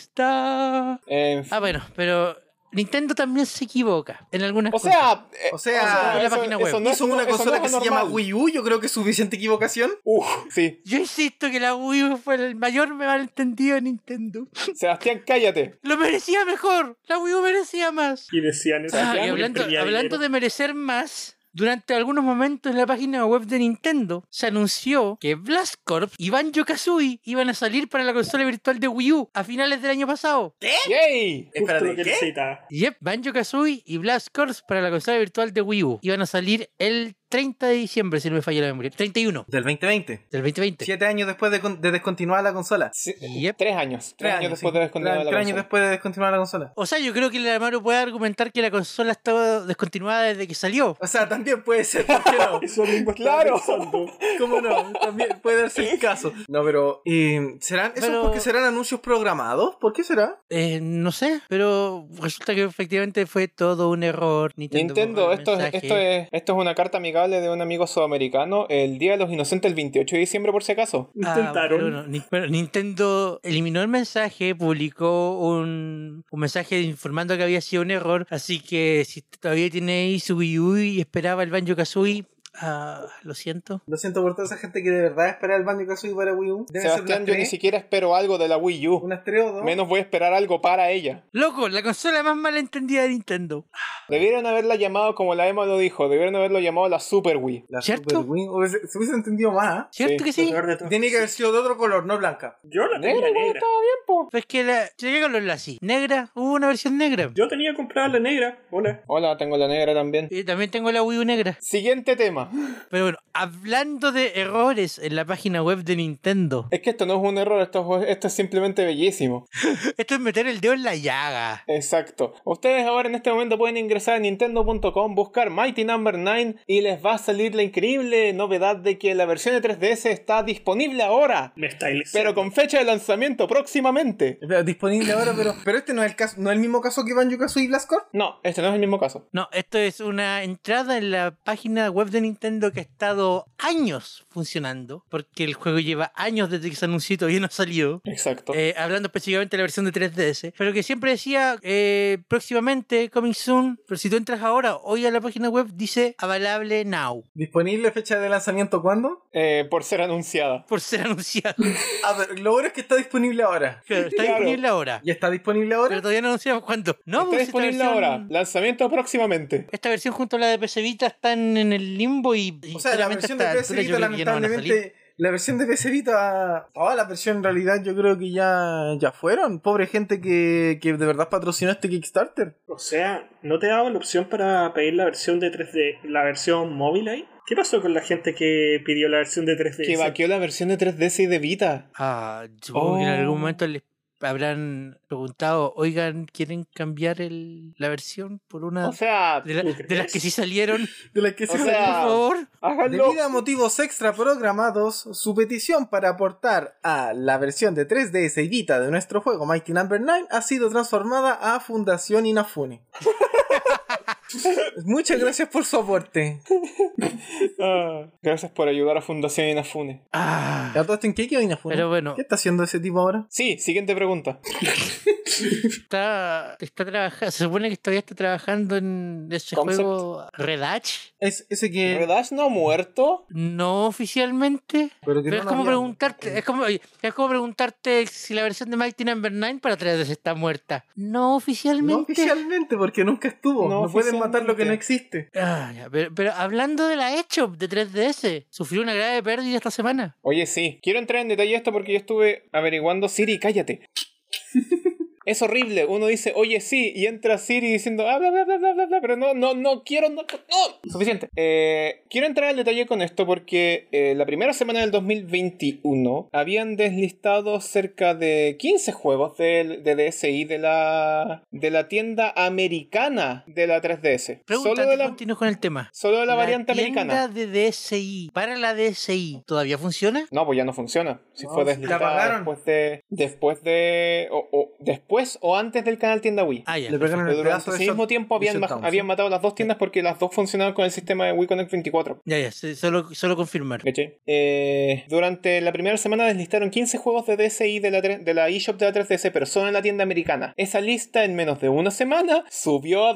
desista.
En fin.
Ah, bueno, pero Nintendo también se equivoca en algunas
O
cosas.
sea, eh,
O sea,
en la
eso-
página web.
eso no es-
Hizo una
eso no
consola
es
que se llama
anormal.
Wii U, yo creo que es suficiente equivocación.
Uf, sí.
Yo insisto que la Wii U fue el mayor malentendido de Nintendo.
Sebastián, cállate.
Lo merecía mejor. La Wii U merecía más.
Y decían eso.
Ah, y hablando, hablando de merecer más, durante algunos momentos en la página web de Nintendo se anunció que Blast Corp y Banjo Kazooie iban a salir para la consola virtual de Wii U a finales del año pasado.
¿Eh?
¡Yay!
Espérate, ¿qué?
Yep, Banjo Kazooie y Blast Corps para la consola virtual de Wii U iban a salir el 30 de diciembre, si no me falla la memoria. 31
Del 2020.
del 2020.
Siete años después de, con- de descontinuar la consola.
Sí,
Yep.
Tres años. Tres años después de haber
descontinuar
condenado
la
la
Tres años
consola.
después de descontinuar la consola.
O sea, yo creo que la mano puede argumentar que la consola estaba descontinuada desde que salió.
O sea, también puede ser, ¿por qué no?
Eso mismo estaba
Claro.
pensando.
¿Cómo no? También puede darse el caso. No, pero... eh, ¿serán, ¿Eso
Pero-
es porque serán anuncios programados? ¿Por qué será?
Eh, no sé, pero resulta que efectivamente fue todo un error. Nintendo, borró
Nintendo,
el
esto, es-
mensaje.
esto, es, esto es una carta amigable de un amigo sudamericano. El Día de los Inocentes, el 28 de diciembre, por si acaso.
Ah,
Intentaron.
bueno, ni- bueno, Nintendo eliminó el mensaje, publicó un, un mensaje informando que había sido un error, así que si todavía tiene ahí su Wii U y esperaba el Banjo Kazooie, Ah, lo siento.
Lo siento por toda esa gente que de verdad espera el Banjo Kazooie para Wii U. Debe ser
Sebastián,
unas
yo ni
tres,
siquiera espero algo de la Wii U.
unas tres o dos.
Menos voy a esperar algo para ella.
Loco, la consola más malentendida de Nintendo.
Debieron haberla llamado, como la Emma lo dijo, debieron haberlo llamado la Super Wii.
La
¿Cierto?
Super Wii. O sea, se hubiese entendido más. ¿eh?
¿Cierto
Sí,
que sí?
Lo peor de todo.
Tiene que haber sido de otro color, no blanca.
Yo la tenía
Negra,
negra.
güey, estaba bien, po.
Pues que la. Llegaron los así. Negra, hubo una versión negra.
Yo tenía comprada la negra. Hola.
Hola, tengo la negra también.
Y también tengo la Wii U negra.
Siguiente tema.
Pero bueno, hablando de errores en la página web de Nintendo.
Es que esto no es un error, esto, es- esto es simplemente bellísimo.
Esto es meter el dedo en la llaga.
Exacto. Ustedes ahora en este momento pueden ingresar a nintendo.com, buscar Mighty Number 9 y les va a salir la increíble novedad de que la versión de 3DS está disponible ahora,
Me está
pero con fecha de lanzamiento próximamente.
Eh.
Espera, Disponible ahora, pero pero este no es el caso, no es el mismo caso que Banjo Kazooie y Blastcore.
No, este no es el mismo caso.
No, esto es una entrada en la página web de Nintendo que ha estado años funcionando, porque el juego lleva años desde que se anunció y todavía no salió.
Exacto.
Eh, hablando específicamente de la versión de 3DS, pero que siempre decía eh, próximamente, coming soon. Pero si tú entras ahora, hoy a la página web, dice available now,
Disponible fecha de lanzamiento cuándo?
Eh, por ser anunciada.
por ser anunciado.
A ver, lo bueno es que está disponible ahora.
Claro, está
Claro.
disponible ahora,
¿Ya está disponible
pero
ahora?
todavía no anunciamos cuándo. No,
está
pues,
disponible
esta versión,
ahora, lanzamiento próximamente.
Esta versión junto a la de PS Vita están en el limbo y. y
O sea, la
claramente
versión
a
de
esta
PS
altura
Vita
yo creo que ya no van a salir.
lamentablemente... La versión de PS Vita, toda la versión en realidad yo creo que ya, ya fueron. Pobre gente que, que de verdad patrocinó este Kickstarter.
O sea, ¿no te daban la opción para pedir la versión de 3D, la versión móvil ahí? ¿Qué pasó con la gente que pidió la versión de 3D?
Que vaqueó la versión de 3DS y de Vita.
Ah, supongo que en algún
Oh.
momento les habrán preguntado, oigan, ¿quieren cambiar el- la versión por una
O sea,
Ah. de, la-
¿tú
de las que
crees?
sí salieron?
De la que
O
se
sea,
Por favor.
háganlo.
Debido a motivos extra programados, su petición para aportar a la versión de 3DS y Vita de nuestro juego Mighty Number 9 ha sido transformada a Fundación Inafune. Muchas gracias por su aporte.
Ah, gracias por ayudar a Fundación Inafune.
Ah,
¿Ya todo está en qué quedó Inafune?
Pero bueno.
¿Qué está haciendo ese tipo ahora?
Sí, siguiente pregunta.
está, está trabajando, se supone que todavía está trabajando en ese
Concept.
juego Redach.
Es, ese
Eh.
que.
¿Redash no ha muerto?
No oficialmente.
Pero que
Pero
no
es como
había-
preguntarte, es como, oye, es como preguntarte si la versión de Mighty Number 9 para 3DS está muerta. No oficialmente.
No oficialmente, porque nunca estuvo.
No
No, pueden matar lo que no existe.
Ah, ya, pero, pero hablando de la eShop de 3DS, sufrió una grave pérdida esta semana.
Oye, sí. Quiero entrar en detalle esto porque yo estuve averiguando. Siri, cállate. Es horrible. Uno dice, oye, sí, y entra Siri diciendo, ah, bla, bla, bla, bla, bla, bla, pero no, no, no, quiero, no, no. Suficiente. Eh, quiero entrar en detalle con esto porque eh, la primera semana del 2021 habían deslistado cerca de 15 juegos del de DSI de la, de la tienda americana de la 3DS.
Pregunta,
Solo de
antes
la,
continúo con el tema.
solo de la variante
tienda
americana.
de DSI, para la DSI, ¿todavía funciona?
No, pues ya no funciona. Si
No,
fue
si la
deslizada
apagaron.
después de. Después de. O, o- después o antes del canal tienda Wii.
Ah, ya.
Le pegaron el
Pero durante
pedazo de
ese mismo
shot
tiempo
y
habían, ma-
shutdown,
habían
sí.
matado las dos tiendas porque las dos funcionaban con el sistema de Wii Connect 24.
Ya, ya, se- solo, solo confirmar.
¿Cachai? Eh, durante la primera semana deslistaron 15 juegos de DSI de la, tre- de la eShop de la 3DS, pero solo en la tienda americana. Esa lista en menos de una semana subió a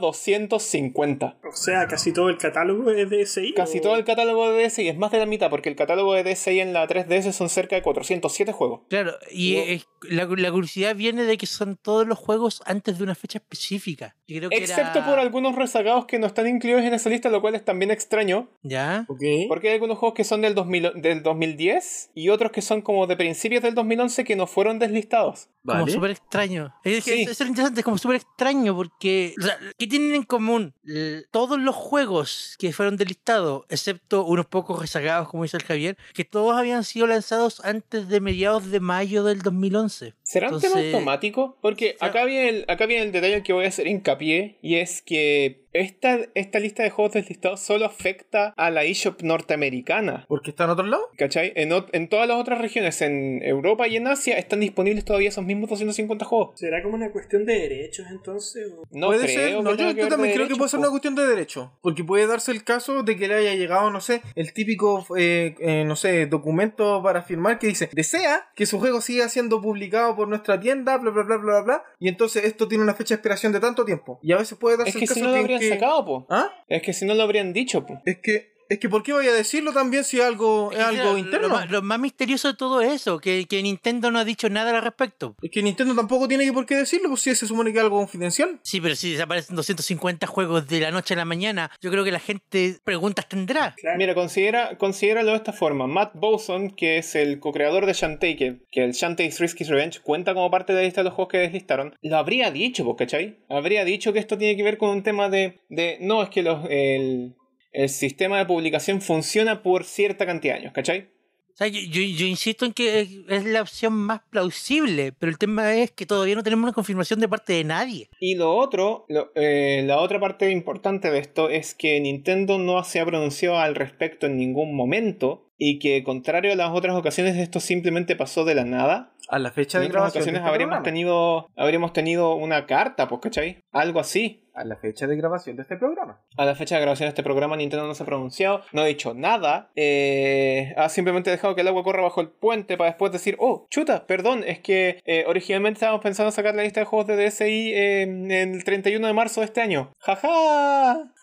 250.
O sea, casi todo el catálogo es de SI.
Casi
¿o?
todo el catálogo de DSI es más de la mitad, porque el catálogo de DSI en la 3DS son cerca de 407 juegos.
Claro, y
Wow.
eh, la, la curiosidad viene de que son todos los juegos antes de una fecha específica. Yo creo que
Excepto
era-
por algunos rezagados que no están incluidos en esa lista, lo cual es también extraño,
¿Ya?
Ok.
porque hay algunos juegos que son del, 2000 del 2010 y otros que son como de principios del 2011 que no fueron deslistados.
Como súper extraño. Es, que
Sí.
es- es lo interesante, es como súper extraño porque. o sea, ¿Qué tienen en común L- todos los juegos que fueron delistados, excepto unos pocos rezagados, como dice el Javier, que todos habían sido lanzados antes de mediados de mayo del 2011?
¿Será un tema
Entonces-
automático? Porque
sea-
acá viene, el, acá viene el detalle al que voy a hacer hincapié y es que esta, esta lista de juegos deslistados solo afecta a la eShop norteamericana.
¿Porque está en otro lado?
¿Cachai? En, ot- en todas las otras regiones, en Europa y en Asia, están disponibles todavía esos mismos 250 juegos.
¿Será como una cuestión de derechos entonces? o?
No
puede
creo
ser,
que
no,
tenga
yo,
que
yo
ver
también
de
creo que puede
derechos,
ser
po.
una cuestión de derecho, porque puede darse el caso de que le haya llegado, no sé, el típico, eh, eh, no sé, documento para firmar que dice, desea que su juego siga siendo publicado por nuestra tienda, bla, bla, bla, bla, bla, y entonces esto tiene una fecha de expiración de tanto tiempo. Y a veces puede darse
Es
el
que si
caso
no lo
de
habrían
que...
sacado, po.
¿Ah?
Es que si no lo habrían dicho, po.
Es que... Es que ¿por qué voy a decirlo también si algo, es
que
algo
era lo
interno?
más- Lo, más misterioso de todo eso, que, que Nintendo no ha dicho nada al respecto.
Es que Nintendo tampoco tiene que por qué decirlo, pues si se supone que es algo confidencial.
Sí, pero si desaparecen 250 juegos de la noche a la mañana, yo creo que la gente preguntas tendrá.
Claro.
Mira, considera, considéralo de esta forma. Matt Bowson, que es el co-creador de Shantae, que, que el Shantae's Risky's Revenge cuenta como parte de la lista de los juegos que deslistaron, lo habría dicho, ¿vos ¿cachai? Habría dicho que esto tiene que ver con un tema de... de no, es que los, el, el sistema de publicación funciona por cierta cantidad de años, ¿cachai?
O sea, yo, yo- yo insisto en que es- es la opción más plausible, pero el tema es que todavía no tenemos una confirmación de parte de nadie.
Y lo otro, lo- eh, la otra parte importante de esto es que Nintendo no se ha pronunciado al respecto en ningún momento y que contrario a las otras ocasiones esto simplemente pasó de la nada.
A la fecha
En
de grabación.
otras
de
ocasiones
este
habríamos
programa.
tenido, habríamos tenido una carta, pues, ¿cachai? Algo así.
A la fecha de grabación de este programa.
A la fecha de grabación de este programa Nintendo no se ha pronunciado, no ha dicho nada, eh, ha simplemente dejado que el agua corra bajo el puente para después decir, oh, chuta, perdón, es que eh, originalmente estábamos pensando sacar la lista de juegos de DSI eh, el 31 de marzo de este año. ¡Jaja!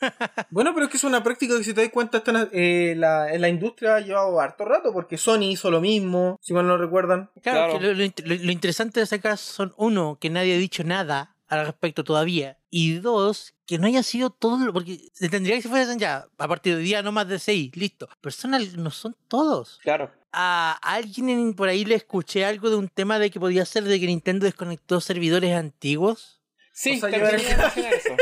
Bueno, pero es que es una práctica que si te das cuenta está en la, eh, la- en la industria ha llevado harto rato, porque Sony hizo lo mismo, si mal no recuerdan.
Claro,
Claro.
que lo, lo int- lo- lo interesante de sacar son, uno, que nadie ha dicho nada al respecto todavía, y dos, que no haya sido todo, lo- porque se tendría que si fuesen ya, a partir de día no más de seis, listo. Personal no son todos.
Claro.
a alguien en- por ahí le escuché algo de un tema de que podía ser de que Nintendo desconectó servidores antiguos.
O
Sí,
sea,
también
yo-
iba a mencionar eso.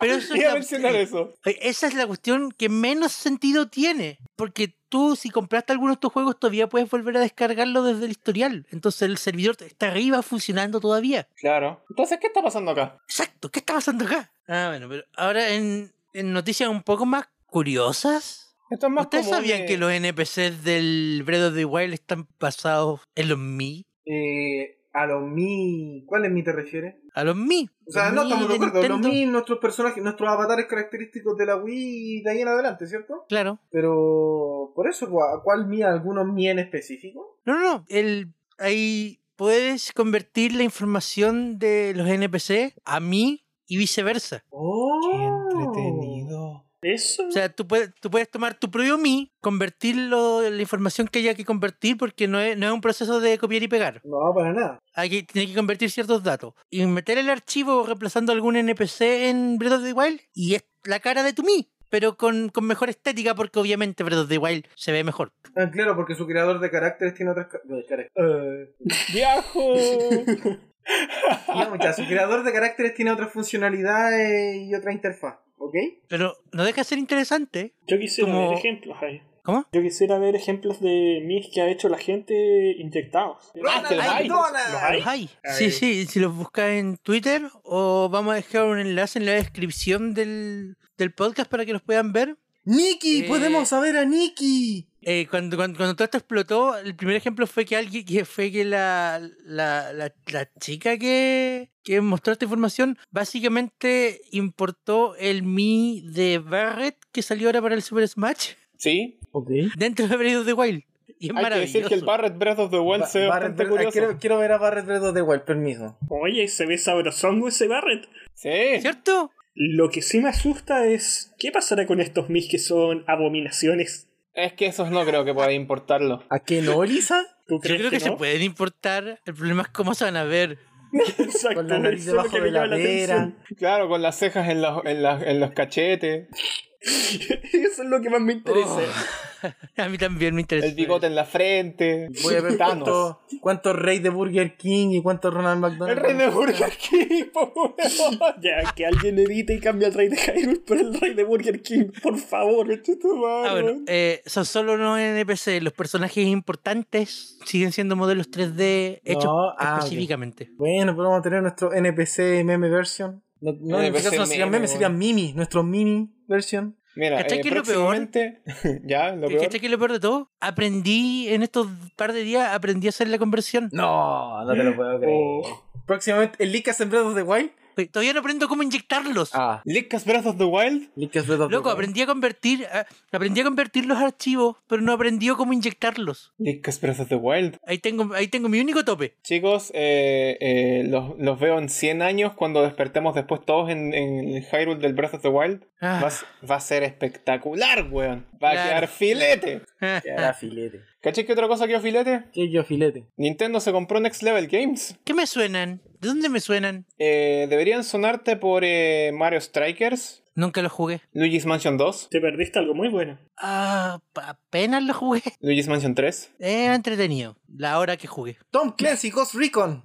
Pero eso es
Iba a
la-
mencionar eso.
eh, esa es la cuestión que menos sentido tiene. Porque tú, si compraste alguno de estos juegos, todavía puedes volver a descargarlo desde el historial. Entonces el servidor está arriba funcionando todavía.
Claro. Entonces, ¿qué está pasando acá?
Exacto, ¿qué está pasando acá? Ah, bueno, pero ahora en, en noticias un poco más curiosas.
Esto es más
¿Ustedes
común
sabían
de-
que los NPCs del Breath of the Wild están basados en los Mi?
Eh, a los Mi. ¿Cuál es Mi te refieres?
A los Mi.
O sea,
Los
no
Mi
estamos de
de
acuerdo. Los
Nintendo.
Mi, nuestros personajes, nuestros avatares característicos de la Wii y de ahí en adelante, ¿cierto?
Claro.
Pero. Por eso, ¿cuál- ¿cuál Mi? ¿Algunos Mi en específico?
No, no, no. El, ahí puedes convertir la información de los NPC a mí y viceversa.
¡Oh!
Qué entretenido.
Eso.
O sea, tú puedes, tú puedes tomar tu propio mí, convertirlo en la información que haya que convertir, porque no es, no es un proceso de copiar y pegar.
No, para nada.
Hay que, tienes que convertir ciertos datos. Y meter el archivo reemplazando algún NPC en Breath of the Wild y es la cara de tu mí. Pero con, con mejor estética, porque obviamente Breath of the Wild se ve mejor.
Ah, claro, porque su creador de caracteres tiene otras. ca- de cara- eh,
¡Viajo!
digamos pues ya, su creador de caracteres tiene otras funcionalidades y otra interfaz, ¿ok?
Pero no deja de ser interesante.
Yo quisiera
como-
ver ejemplos ahí.
¿Cómo?
Yo quisiera ver ejemplos de mis que ha hecho la gente inyectados. este,
Ah, que los hay.
McDonald's!
Los hay.
Los hay.
A
Sí,
ver.
sí, si los buscas en Twitter o vamos a dejar un enlace en la descripción del, del podcast para que los puedan ver.
¡Nikki!
Eh.
¡Podemos saber a Nikki!
Eh, cuando, cuando, cuando todo esto explotó, el primer ejemplo fue que alguien que fue que la, la, la, la chica que, que mostró esta información básicamente importó el Mi de Barrett que salió ahora para el Super Smash
sí,
Ok.
dentro de Breath of the Wild. Y es
hay que
maravilloso.
decir que el Barrett Breath of the Wild se ve bastante curioso.
quiero, quiero ver a Barrett Red de igual, permiso.
Oye, se ve sabrosongo ese Barret.
Sí.
¿Cierto?
Lo que sí me asusta es. ¿Qué pasará con estos mis que son abominaciones?
Es que esos no creo que pueda importarlo.
¿A qué no, Lisa?
¿Tú
Yo
crees
creo que, se
no?
pueden importar. El problema es cómo se van a ver.
Exacto,
Con la
eso
nariz
es lo
debajo
que me
de la
llama la
vera.
atención.
Claro, con las cejas en, los- en, las- en los cachetes,
Eso es lo que más me interesa.
Oh. A mí también me interesa.
el bigote en la frente.
Voy a ver
Thanos.
cuánto, cuánto rey de Burger King y cuánto Ronald
El
McDonald.
rey de Burger King, po, weón.
Ya, que alguien edite y cambie al rey de Hyrule por el rey de Burger King, por favor.
Conche tu madre,
Ah, bueno,
weón.
eh, son solo unos NPC. Los personajes importantes siguen siendo modelos 3D hechos
No, ah, ok.
específicamente.
Bueno, pero vamos a tener nuestro NPC meme version. No, no, en este
NPC
caso no serían
meme,
memes,
bueno.
serían mimi, nuestro mimi version.
Mira,
¿cachai
eh,
qué es lo peor?
próximamente- ya, lo
¿Cachai
peor.
que lo peor de todo? Aprendí en estos par de días, aprendí a hacer la conversión.
No, no te lo puedo
Oh,
Próximamente, el Lika Sembrados de Wild
Oye, Todavía no aprendo cómo inyectarlos.
Ah. Lickas Breath of the Wild.
Link's Breath of the
Loco,
Wild.
aprendí a convertir, a- aprendí a convertir los archivos, pero no aprendí cómo inyectarlos.
Lickas Breath of the Wild.
Ahí tengo, ahí tengo mi único tope.
Chicos, eh, eh, los, los veo en 100 años cuando despertemos después todos en, en el Hyrule del Breath of the Wild.
Ah.
Va, a s- va a ser espectacular, weón. Va a
Claro.
quedar filete.
ah.
Quedará filete.
¿Caché que otra cosa quedó filete?
¿Qué yo filete?
Nintendo se compró Next Level Games.
¿Qué me suenan? ¿De dónde me suenan?
Eh, deberían sonarte por eh, Mario Strikers,
Nunca los jugué.
Luigi's Mansion 2,
Te perdiste algo muy bueno.
Ah, apenas los jugué. Eh,
Luigi's Mansion 3.
Era entretenido. La hora que jugué.
Tom Clancy Ghost Recon.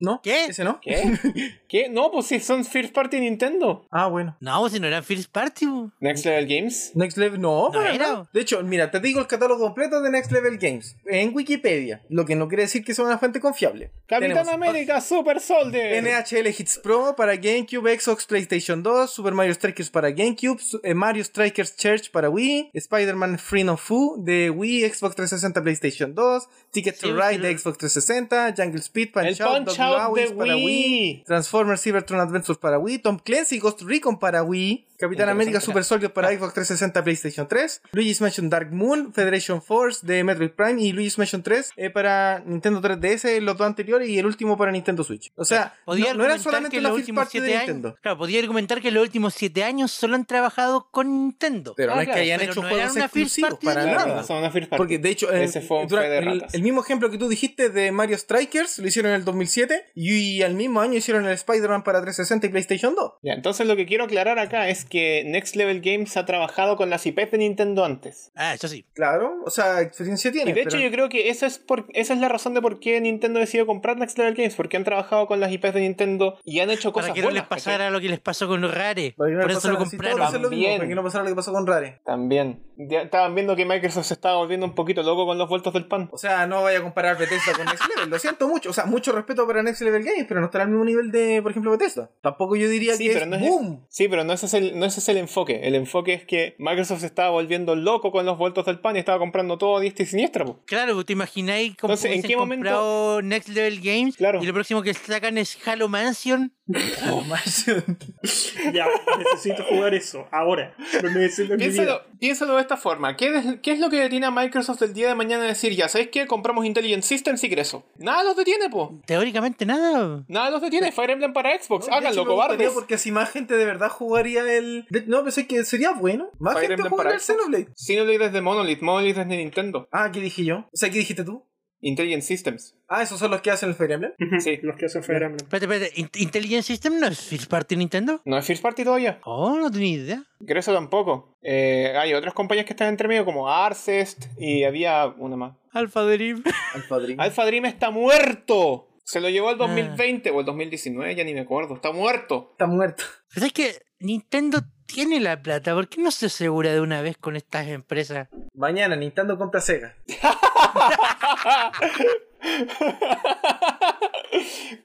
¿No?
¿Qué?
¿Ese no?
¿Qué? ¿Qué? No, pues sí, son First Party Nintendo.
Ah, bueno.
No, si no eran First Party. bu.
Next Level Games.
Next Level, no,
No
para
era.
nada. De hecho, mira, te digo el catálogo completo de Next Level Games en Wikipedia, lo que no quiere decir que sea una fuente confiable.
Capitán
Tenemos
América, Super Soldier.
NHL Hits Pro para GameCube, Xbox, PlayStation 2, Super Mario Strikers para GameCube, Su- eh, Mario Strikers Church para Wii, Spider-Man Free No Fu de Wii, Xbox 360, PlayStation 2, Ticket
Sí,
to Ride
pero-
de Xbox 360, Jungle Speed, Punch
El
Out,
Punch Out de
Dog para Wii,
Wii.
Transformers Cybertron Adventures para Wii, Tom Clancy Ghost Recon para Wii, Capitán América
Interesante.
Super Soldier para Xbox 360, PlayStation 3, Luigi's Mansion Dark Moon, Federation Force de Metroid Prime y Luigi's Mansion 3 eh, para Nintendo 3DS, los dos anteriores y el último para Nintendo Switch. O sea,
Podía
no, no era
argumentar
solamente
que
la
los
first
últimos
party de
siete años.
Nintendo.
Claro, podía argumentar que los últimos siete años solo han trabajado con Nintendo.
Pero no
Ah,
es que
claro,
hayan
pero
hecho
no
juegos
era una first
exclusivos
party de
para
Claro,
Nintendo.
nada.
son una First Party.
Porque de hecho, eh,
Ese fue un
dura-
fe de
el,
ratas.
el mismo ejemplo que tú dijiste de Mario Strikers lo hicieron en el 2007 y, al mismo año hicieron el Spider-Man para 360 y PlayStation 2.
Ya, entonces lo que quiero aclarar acá es que Next Level Games ha trabajado con las IPs de Nintendo antes.
Ah, eso sí.
Claro, o sea, experiencia tiene.
Y de hecho
pero-
yo creo que esa es, por- esa es la razón de por qué Nintendo decidió comprar Next Level Games, porque han trabajado con las IPs de Nintendo y han hecho cosas
Para que no
buenas.
les pasara
¿cachai?
lo que les pasó con los Rares.
Para que no
Por
le
eso lo
pasara- si todos
compraron.
hacen lo mismo,
También.
Para que no pasara lo que pasó con Rare.
También. Ya estaban viendo que Microsoft se estaba volviendo un poquito loco con los vueltos del pan.
O sea, no vaya a comparar Bethesda con Next Level. Lo siento mucho. O sea, mucho respeto para Next Level Games, pero no estará al mismo nivel de, por ejemplo, Bethesda. Tampoco yo diría
Sí,
que
pero
es
no es-
boom.
Sí, pero no ese, es el, no ese es el enfoque. El enfoque es que Microsoft se estaba volviendo loco con los vueltos del pan y estaba comprando todo a diestra y siniestra. po.
Claro, te imagináis cómo
Entonces, ¿en
hubiesen
qué momento-
comprado Next Level Games
Claro.
y lo próximo que sacan es Halo Mansion.
Ya, necesito jugar eso. Ahora. Lo
Pues
necesito en mi
Piénsalo,
vida.
piénsalo de esta forma. ¿Qué es, qué es lo que detiene a Microsoft el día de mañana a decir, ya sabéis que compramos Intelligent Systems y Creso? Nada los detiene, po.
Teóricamente nada.
Nada los detiene. Fire Emblem para Xbox.
De hecho,
Pues Háganlo,
me gustaría
cobardes.
Porque si más gente de verdad jugaría el. de- No, pensé que sería bueno. Más
Fire
gente
Emblem
jugaría
para
el Xenoblade.
Xenoblade es de Monolith, Monolith es de Nintendo.
Ah, ¿qué dije yo? O sea, ¿qué dijiste tú?
Intelligent Systems.
Ah, esos son los que hacen el Fire Emblem.
Ujú,
Sí.
Los que hacen Fire Emblem.
Espérate, espérate. ¿Int- ¿Intelligent System no es First Party Nintendo?
No es First Party todavía.
Oh, no tenía idea.
Creso tampoco. Eh, hay otras compañías que están entre medio, como Arcest y había una más.
Alpha Dream.
Al padrino.
Alpha Dream está muerto. Se lo llevó al 2020 o el 2019, ya ni me acuerdo. Está muerto.
Está muerto.
Pero es que Nintendo tiene la plata. ¿Por qué no se asegura de una vez con estas empresas?
Mañana Nintendo compra Sega.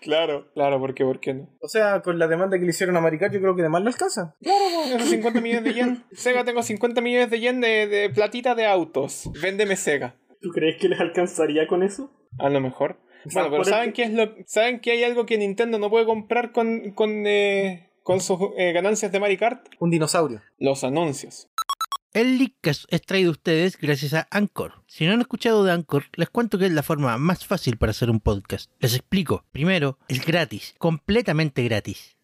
Claro. Claro, porque ¿por qué no?
O sea, con la demanda que le hicieron a Maricat, yo creo que de más lo alcanza.
Esos 50 millones de yen. Sega, tengo 50 millones de yen de, de platita de autos. Véndeme Sega.
¿Tú crees que les alcanzaría con eso?
A lo mejor. Bueno, pero
por
¿saben
el-
qué es lo saben que hay algo que Nintendo no puede comprar con con, eh, con sus eh, ganancias de Mario Kart?
Un dinosaurio.
Los anuncios.
El Leadcast es traído a ustedes gracias a Anchor. Si no han escuchado de Anchor, les cuento que es la forma más fácil para hacer un podcast. Les explico. Primero, es gratis, completamente gratis.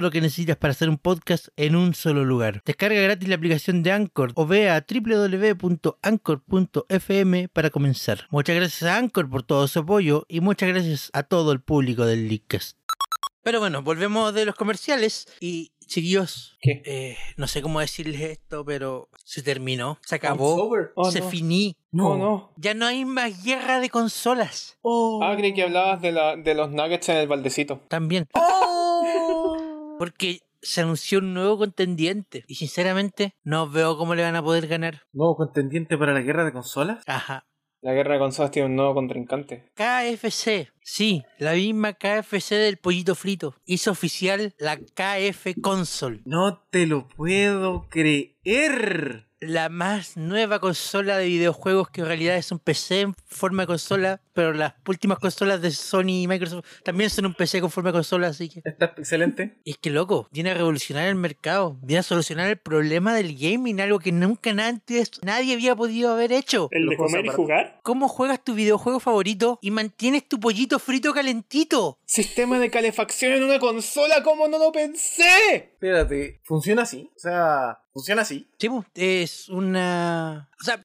lo que necesitas para hacer un podcast en un solo lugar. Descarga gratis la aplicación de Anchor o ve a www.anchor.fm para comenzar. Muchas gracias a Anchor por todo su apoyo y muchas gracias a todo el público del Leadcast. Pero bueno, volvemos de los comerciales y chiquillos,
¿Qué?
eh, no sé cómo decirles esto, pero se terminó, se acabó,
Over.
Oh,
se
no.
finí.
No, no.
Ya no hay más guerra de consolas.
Oh.
Ah, creí que hablabas de, la, de los nuggets en el baldecito.
También.
Oh.
Porque se anunció un nuevo contendiente. Y sinceramente, no veo cómo le van a poder ganar.
¿Nuevo contendiente para la guerra de consolas?
Ajá.
La guerra de consolas tiene un nuevo contrincante.
KFC, sí, la misma KFC del pollito frito. Hizo oficial la KF Console,
No te lo puedo creer.
la más nueva consola de videojuegos que en realidad es un PC en forma de consola, pero las últimas consolas de Sony y Microsoft también son un PC con forma de consola, así que...
Está excelente.
Es que loco, viene a revolucionar el mercado, viene a solucionar el problema del gaming, algo que nunca antes nadie había podido haber hecho.
El
Los
de
juegos
comer y
aparte.
jugar.
¿Cómo juegas tu videojuego favorito y mantienes tu pollito frito calentito?
Sistema de calefacción en una consola, ¿cómo no lo pensé?
Espérate, ¿funciona así? O sea, ¿funciona así?
Sí, pues, es una. O sea,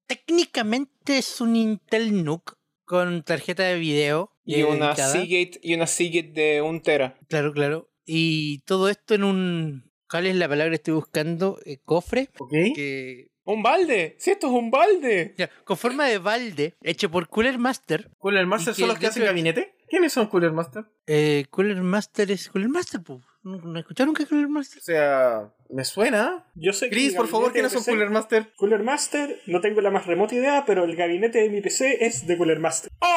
técnicamente es un Intel Nook con tarjeta de video.
Y
eh,
una
dedicada.
Seagate, y una Seagate de un tera.
Claro, claro. Y todo esto en un. ¿Cuál es la palabra que estoy buscando? Eh, cofre.
¿Ok?
Que.
¡Un balde! ¡Si esto es un balde!
ya, con forma de balde, hecho por Cooler Master.
¿Cooler Master
¿Y qué-
son los que
qué
hacen
creo-
gabinete? ¿Quiénes son Cooler Master?
Eh, Cooler Master es. Cooler Master, pues. ¿No, no escucharon que es Cooler Master?
O sea, me suena.
Yo sé que
Chris,
mi
por favor,
gabinete
¿quiénes
de
son
PC
Cooler Master?
Cooler Master, no tengo la más remota idea, pero el gabinete de mi PC es de Cooler Master.
Cooler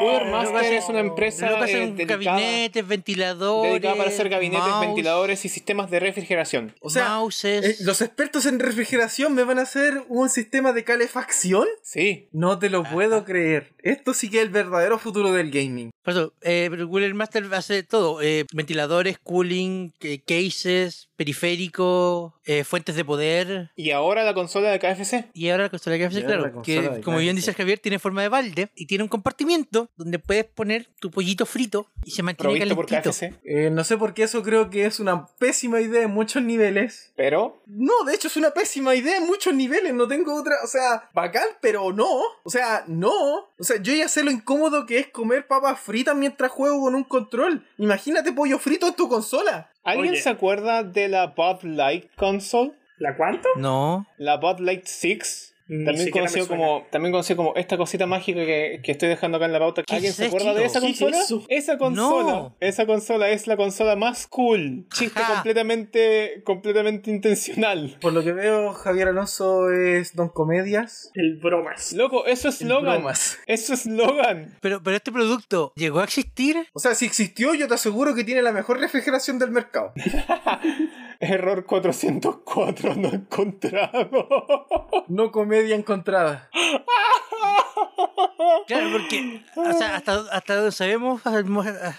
Oh,
Lo que
Master
hacen-
es una empresa
Lo que
eh,
hacen
dedicada,
gabinetes, ventiladores.
dedicada para hacer gabinetes,
mouse,
ventiladores y sistemas de refrigeración.
O sea, eh,
mouses.
los expertos en refrigeración me van a hacer un sistema de calefacción.
Sí.
No te lo puedo creer. Esto sí que es el verdadero futuro del gaming.
Por eso, eh, pero Cooler Master hace todo: eh, ventiladores, cooling, eh, cases, periféricos, eh, fuentes de poder.
Y ahora la consola de KFC.
Y ahora la consola que hace,
Y ahora la
claro, que
consola de
como bien
Clancy.
dice el Javier, tiene forma de balde y tiene un compartimiento donde puedes poner tu pollito frito y se mantiene
Provisto por
calentito.
KFC.
Eh, no sé por qué eso creo que es una pésima idea en muchos niveles.
Pero
No, de hecho es una pésima idea en muchos niveles, no tengo otra, o sea, bacán, pero no, o sea, no, o sea, yo ya sé lo incómodo que es comer papas fritas mientras juego con un control, imagínate pollo frito en tu consola.
¿Alguien
Oye.
se acuerda de la Bud Light console?
¿La cuánto?
No,
La Bud Light 6.
Ni
También
siquiera me
conocido,
suena.
como, también conocido como esta cosita mágica que, que estoy dejando acá en la pauta.
¿Qué
¿Alguien
es
se acuerda de
esto?
esa
¿Qué es
consola?
eso?
Esa consola.
No.
Esa consola es la consola más cool. Chiste
Ajá.
completamente completamente intencional.
Por lo que veo, Javier Alonso es Don Comedias.
El bromas.
Loco, eso es Logan.
bromas.
Eso es Logan.
pero, pero este producto llegó a existir.
O sea, si existió, yo te aseguro que tiene la mejor refrigeración del mercado.
Error 404 no encontrado.
No comedia encontrada.
Claro, porque o sea, hasta, hasta donde sabemos,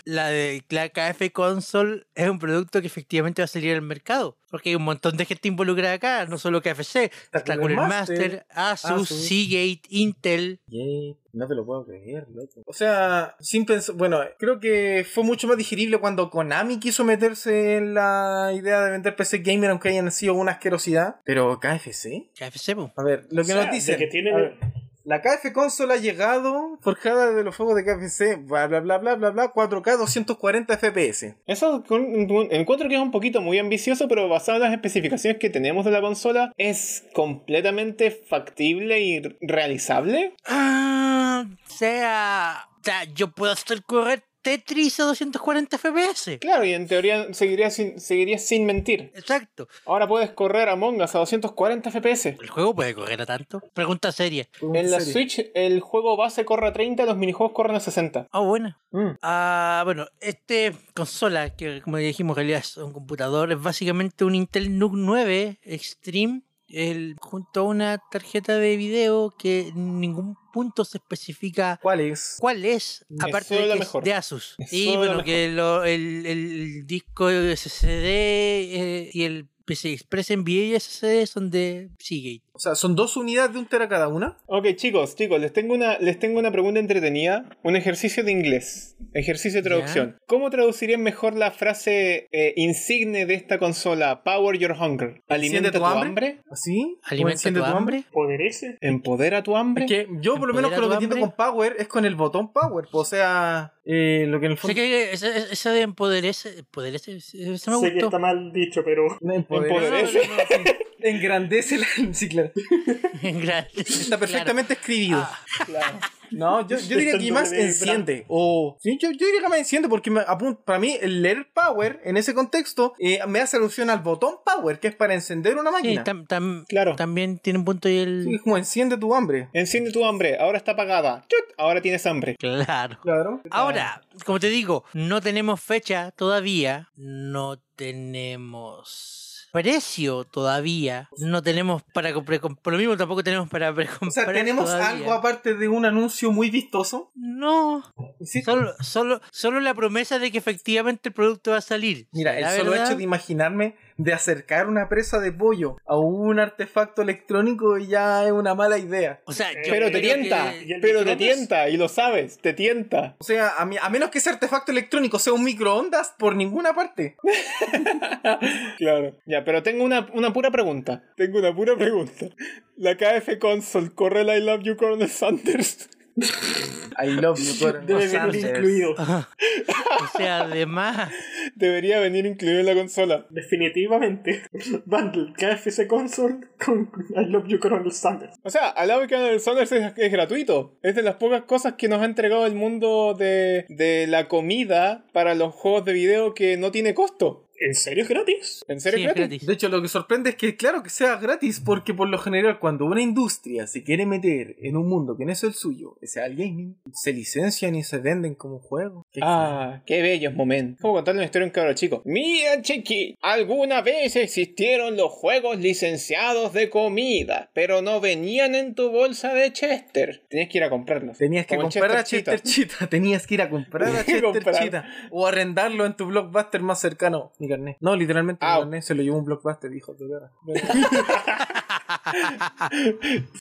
la de la KF Console es un producto que efectivamente va a salir al mercado. Porque hay un montón de gente involucrada acá, no solo KFC, está Cooler
Cooler
Master, Asus,
Asus.
Seagate, Intel.
Yay, no te lo puedo creer, loco. O sea, sin pensar. Bueno, creo que fue mucho más digerible cuando Konami quiso meterse en la idea de vender PC Gamer, aunque hayan sido una asquerosidad. Pero KFC.
KFC, po.
A ver, lo
O
que
sea,
nos
de
dicen.
que tienen-
A ver, la KF Console ha llegado forjada de los fuegos de KFC, bla bla bla bla bla bla, 4K 240 FPS.
Eso con- un- encuentro que es un poquito muy ambicioso, pero basado en las especificaciones que tenemos de la consola, es completamente factible y realizable.
Ah, o sea, o sea, yo puedo hacer correr Tetris a 240 FPS.
Claro, y en teoría seguiría sin, seguiría sin mentir.
Exacto.
Ahora puedes correr Among Us a 240 FPS.
¿El juego puede correr a tanto? Pregunta seria.
En la
serio.
Switch el juego base corre a 30, los minijuegos corren a 60.
Ah, bueno.
Mm.
Ah, bueno, este consola, que como ya dijimos, en realidad es un computador, es básicamente un Intel NUC 9 Extreme, el, junto a una tarjeta de video que en ningún punto se especifica
¿Cuál es?
cuál es, aparte
solo
de,
la
que es
mejor.
de Asus.
Es
y
solo
bueno,
la
que lo- el, el disco SSD eh, y el PC Express NVIDIA y SSD son de Seagate.
O sea, son dos unidades de un tera cada una.
Ok, chicos, chicos, les tengo una, les tengo una pregunta entretenida, un ejercicio de inglés, ejercicio de
Ya.
traducción. ¿Cómo traducirían mejor la frase eh, insigne de esta consola, Power Your Hunger? ¿Alimenta
tu
tu,
hambre?
hambre?
¿Así? ¿O
¿Alimenta
enciende
tu hambre?
¿Poder ese?
¿Empodera tu hambre?
Es que yo por lo menos con lo que
¿Empodera tu
entiendo con Power es con el botón Power. O sea, eh, lo que en el
Sé
fondo...
que ese, ese de empoderarse, empoderarse, ese- ese me
Sé que
gustó.
está mal dicho, pero
No,
Empoderece.
No, no, no, sí.
Engrandece la. Sí, claro.
En gran-
Está perfectamente escribido.
Claro.
No, yo, yo diría que más enciende. O, sí, yo, yo diría que más enciende porque me apun- para mí el leer power en ese contexto eh, me hace alusión al botón power que es para encender una
Claro. Sí,
máquina.
tam- tam-
Claro.
También tiene un punto y el.
Sí, es como enciende tu hambre.
Enciende tu hambre, ahora está apagada. Chut, ahora tienes hambre.
Claro.
Claro.
Ahora, como te digo, no tenemos fecha todavía, no tenemos precio todavía, no tenemos para comprar, por lo mismo tampoco tenemos para precomprar.
O sea, tenemos
todavía.
algo aparte de un anuncio muy vistoso.
No,
Sí.
solo, solo, solo la promesa de que efectivamente el producto va a salir.
Mira, el
¿Será
solo
verdad?
hecho de imaginarme de acercar una presa de pollo a un artefacto electrónico ya es una mala idea.
O sea, yo
Pero te
creo
tienta,
que-
¿Y el
pero te
microondas?
tienta, y lo sabes, te tienta.
O sea, a, mi- a menos que ese artefacto electrónico sea un microondas, por ninguna parte.
Claro. Ya, pero tengo una, una pura pregunta. Tengo una pura pregunta. La KF Console corre la I Love You Colonel Sanders.
I love you, Coronel
Debe venir
Sanders.
incluido.
O sea, además,
Debería venir incluido en la consola.
Definitivamente. Bundle KFC Console con I Love You Coronel Sanders.
O sea, I Love You Colonel Sanders es, es gratuito. Es de las pocas cosas que nos ha entregado el mundo de, de la comida para los juegos de video que no tiene costo.
¿En serio es gratis?
¿En serio
sí,
es
es
gratis?
gratis.
De hecho, lo que sorprende es que, claro, que sea gratis, porque por lo general, cuando una industria se quiere meter en un mundo que no es el suyo, o sea, el gaming, se licencian y se venden como juego. Qué
Ah, qué bellos momentos. Como contarle una historia a un cabro chico. Mira, chiqui, alguna vez existieron los juegos licenciados de comida, pero no venían en tu bolsa de Chester. Tenías que ir a comprarlos.
Tenías que
Como en
comprar a
Chester
Chester Cheetah. Tenías que ir a comprar a
Tenías que
Chester
comprar.
Cheetah. O arrendarlo en tu blockbuster más cercano. Mi carnet. No, literalmente mi
Au.
carnet se lo llevó un blockbuster, hijo de perra.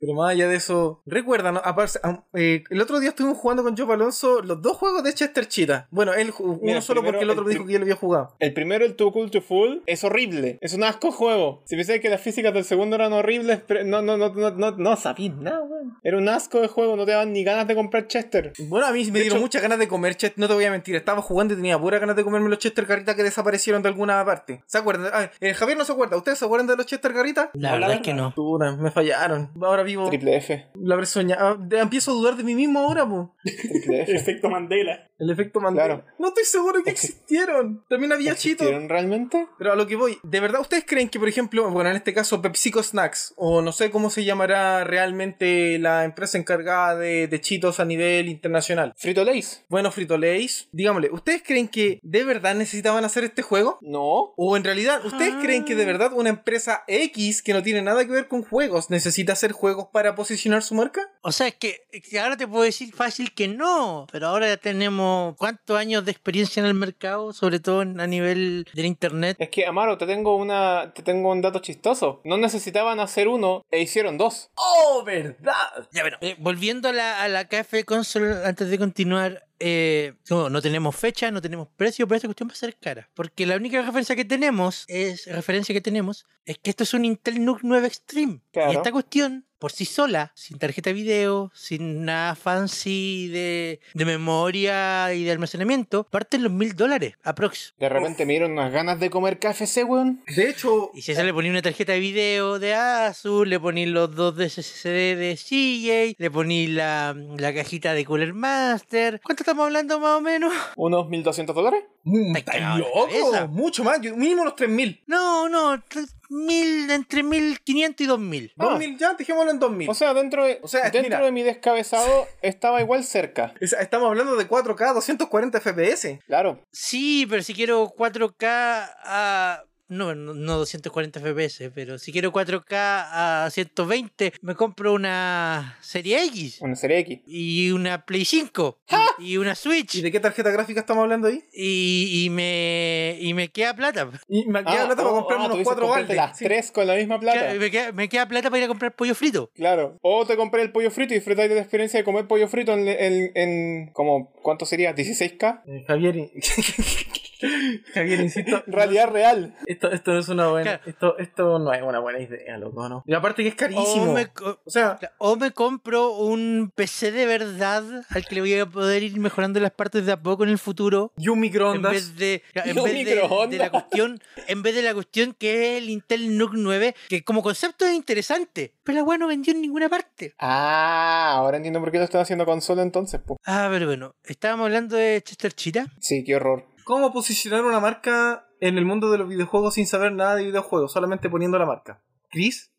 Pero más allá de eso, recuerda, ¿no? Aparte, am- eh, el otro día estuvimos jugando con Joe Alonso los dos juegos de Chester Cheetah. Bueno, él ju- uno
Mira,
solo
primero
porque el otro
el
dijo
prim-
que ya lo había jugado.
El primero, el Too Cool to Full, es horrible. Es un asco juego. Si pensé que las físicas del segundo eran horribles, pero no, no, no, no, no, no sabí nada, weón. Era un asco de juego, no te daban ni ganas de comprar Chester.
Bueno, a mí me dieron muchas ganas de comer Chester, no te voy a mentir, estaba jugando y tenía pura ganas de comerme los Chester Garrita que desaparecieron de alguna parte. ¿Se acuerdan? Ah, eh, Javier no se acuerda, ¿ustedes se acuerdan de los Chester Garrita?
La
No, la
verdad es que no.
Puta, me fallaron. Ahora vivo.
Triple F.
La habré soñado. De- Empiezo a dudar de mí mismo ahora, po.
Triple F.
Efecto Mandela.
El efecto Mandela.
Claro.
No estoy seguro que existieron. También había chitos.
¿Existieron realmente?
Pero a lo que voy, ¿de verdad ustedes creen que, por ejemplo, bueno, en este caso PepsiCo Snacks, o no sé cómo se llamará realmente la empresa encargada de, de chitos a nivel internacional?
¿Frito Lays?
Bueno, Frito Lays, digámosle, ¿ustedes creen que de verdad necesitaban hacer este juego?
No.
O en realidad, ¿ustedes
Ah.
creen que de verdad una empresa X que no tiene nada que ver con juegos necesita hacer juegos para posicionar su marca?
O sea, es que, que ahora te puedo decir fácil que no, pero ahora ya tenemos cuántos años de experiencia en el mercado, sobre todo en- a nivel del internet.
Es que, Amaro, te tengo una. te tengo un dato chistoso. No necesitaban hacer uno e hicieron dos.
¡Oh, verdad!
Ya, bueno, eh, volviendo a la, a la KF Console, antes de continuar, eh, no, no tenemos fecha, no tenemos precio, pero esta cuestión va a ser cara. Porque la única referencia que tenemos es referencia que tenemos es que esto es un Intel NUC 9 Extreme.
Claro.
Y esta cuestión, por sí sola, sin tarjeta de video, sin nada fancy de, de memoria y de almacenamiento, parte en los mil dólares, aprox.
De repente me dieron unas ganas de comer KFC, weón.
De hecho,
Y si a esa le ponía una tarjeta de video de Asus, le poní los dos de SSD de CJ, le poní la, la cajita de Cooler Master. ¿Cuánto estamos hablando más o menos?
¿Unos 1200 dólares?
mm,
Te
está
cagaba la cabeza.
loco, mucho más, yo- mínimo los 3000.
No, no, tres mil, entre 1500 y 2000.
Ah.
2000, ya, dejémoslo en 2000.
O sea, dentro de,
O sea,
dentro
mira.
de mi descabezado estaba igual cerca.
O sea, estamos hablando de 4K, 240 FPS.
Claro.
Sí, pero si quiero 4K a... No, no, no 240 FPS, pero si quiero 4K a 120, me compro una Serie X
Una serie X.
y una Play 5 y una Switch.
¿Y de qué tarjeta gráfica estamos hablando ahí?
y, y me, y me queda plata.
Y me queda plata para
oh,
comprarme
ah, tú
unos
dices
4
comprarte
baldes.
las
Sí. eh,
tres con la misma plata.
Claro, me, queda, me queda plata para ir a comprar pollo frito.
Claro. O te compré el pollo frito y disfrutáis de la experiencia de comer
Mm.
pollo frito en. en, en- como, ¿Cuánto sería? ¿16K?
Eh, Javier, Javier, insisto,
Realidad real.
esto, esto no es una buena.
Claro.
Esto, esto no es una buena idea, loco, ¿no? Y aparte que es
O
Oh,
carísimo.
me, co-
O sea,
o me compro un PC de verdad al que le voy a poder ir mejorando las partes de a poco en el futuro.
y un
En
microondas.
vez, de, en,
un
vez de- de,
microondas.
la cuestión, en vez de la cuestión que es el Intel Nook 9, que como concepto es interesante, pero la weá no vendió en ninguna parte.
Ah, ahora entiendo por qué lo están haciendo consola entonces, po.
Ah, pero bueno, estábamos hablando de Chester Cheetah.
Sí, qué horror.
¿Cómo posicionar una marca en el mundo de los videojuegos sin saber nada de videojuegos? Solamente poniendo la marca. ¿Chris?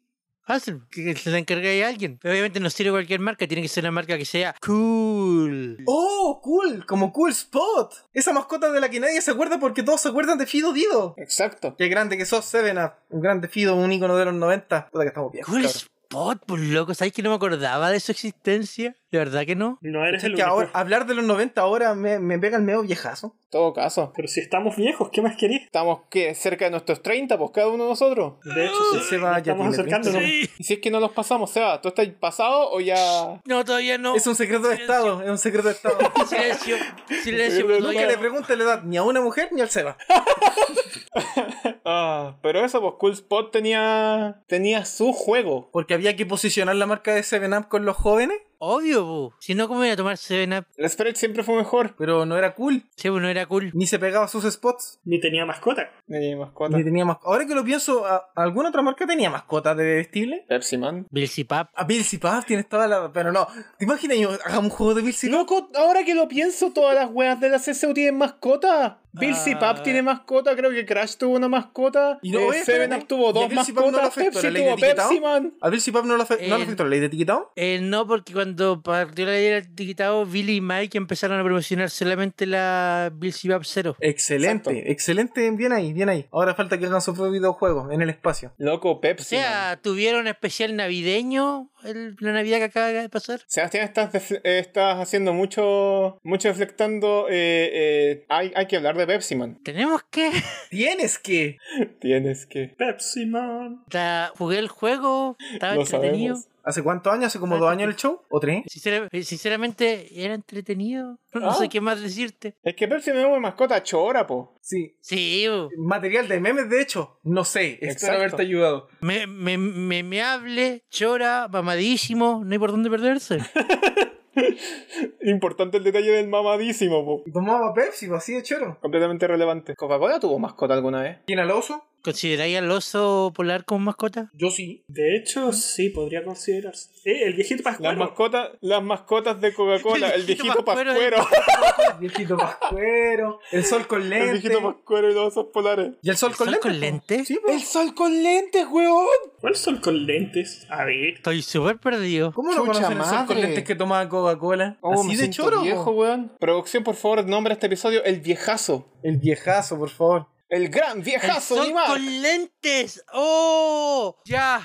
Fácil, que se la encargue a alguien. Pero obviamente no sirve cualquier marca, tiene que ser una marca que sea cool.
¡Oh, cool! Como Cool Spot. Esa mascota de la que nadie se acuerda porque todos se acuerdan de Fido Dido.
Exacto.
Qué grande que sos, Seven Up. Un grande Fido, un ícono de los 90. Puta que estamos viejos.
Cool
cabrón.
spot, pues loco, ¿sabes que no me acordaba de su existencia? De verdad que no.
No eres
Es
el
que
único.
ahora, hablar de los 90 ahora me, me pega el medio viejazo.
En todo caso.
Pero si estamos viejos, ¿qué más querés?
Estamos ¿qué? cerca de nuestros 30, pues cada uno de nosotros.
De hecho, sí,
Ese va, ya
estamos
tiene
acercándonos.
Y si es que no los pasamos, Seba, ¿tú estás pasado o ya.?
No, todavía no.
Es un secreto de
Silencio.
Estado, es un secreto de Estado.
Silencio, silencio. pues,
Nunca
Nunca
todavía
le
no.
pregunte la edad ni a una mujer ni al Seba.
Ah, pero eso, pues Cool Spot tenía. tenía su juego.
Porque había que posicionar la marca de Seven Up con los jóvenes,
Obvio, bu. si no, ¿cómo iba a tomar Seven Up?
La Spread siempre fue mejor.
pero no era cool,
Sí, bu, no era cool.
ni se pegaba a sus spots.
Ni tenía mascota.
Eh, mascota.
Ni tenía mas- Ahora que lo pienso, ¿a- ¿alguna otra marca tenía mascotas de vestible?
Pepsi Man.
Bilzipap.
A Bill Puff tienes toda la. Pero no, ¿te imaginas yo hagamos un juego de Bill
Loco, ahora que lo pienso, todas las weas de la CCU tienen mascota. Bill
Ah.
Pap tiene mascota, creo que Crash tuvo una mascota.
Y no,
eh,
oye,
Seven
espérate,
Up tuvo
¿y a
dos
Bill Zipap no lo
mascotas.
afectó la
Pepsi
ley de
tuvo Pepsi
etiquetado?
Man.
A Bill Puff no lo, afe- no
Eh,
lo afectó la ley de etiquetado.
Eh, no, porque cuando partió la era digitado, Billy y Mike empezaron a promocionar solamente la Bilzipap Zero.
Excelente,
Exacto.
excelente, bien ahí, bien ahí. Ahora falta que hagan su propio videojuego en el espacio.
Loco,
O
Pepsi Man.
sea, ¿tuvieron especial navideño el- la Navidad que acaba de pasar?
Sebastián, estás, defle- eh, estás haciendo mucho, mucho deflectando. eh, eh, hay, hay que hablar de Pepsi Man.
Tenemos que.
Tienes que.
Tienes que.
Pepsi Man.
Ta- jugué el juego, estaba
Lo
entretenido.
sabemos.
¿Hace cuántos años? ¿Hace como dos años el show? ¿O tres?
Sincera- eh, sinceramente, era entretenido. No
Ah.
sé qué más decirte.
Es que Pepsi Man es una mascota chora, po.
Sí.
Sí, bu.
Material de memes, de hecho. No sé.
Exacto.
Espero haberte ayudado.
me, me, me, me hable, chora, mamadísimo, no hay por dónde perderse.
Importante el detalle del mamadísimo, po.
Tomaba Pepsi, pues, así de choro.
Completamente relevante. ¿Coca-Cola tuvo mascota alguna vez?
¿Quién al oso?
¿Consideráis al oso polar como mascota?
Yo sí.
De hecho, sí, podría considerarse. Eh, el viejito
Las,
Pascuero.
mascotas, las mascotas de Coca-Cola, el viejito
pascuero
pascuero.
El viejito pascuero. El sol con lente.
El viejito pascuero y los osos polares.
¿Y el sol con
¿Sol
lente?
con lente?
Sí, pues. po.
¡El sol con lentes, weón!
¿Cuál son con lentes? A ver.
Estoy súper perdido.
¿Cómo no
Chucha
conocen el sol con
madre.
lentes que tomaba Coca-Cola? así de choro.
Oh, viejo,
po.
weón. Producción, por favor, nombra este episodio El Viejazo.
El viejazo, por favor.
El gran
¡El
viejazo,
sol
Dimac.
con lentes! ¡Oh! ¡Ya!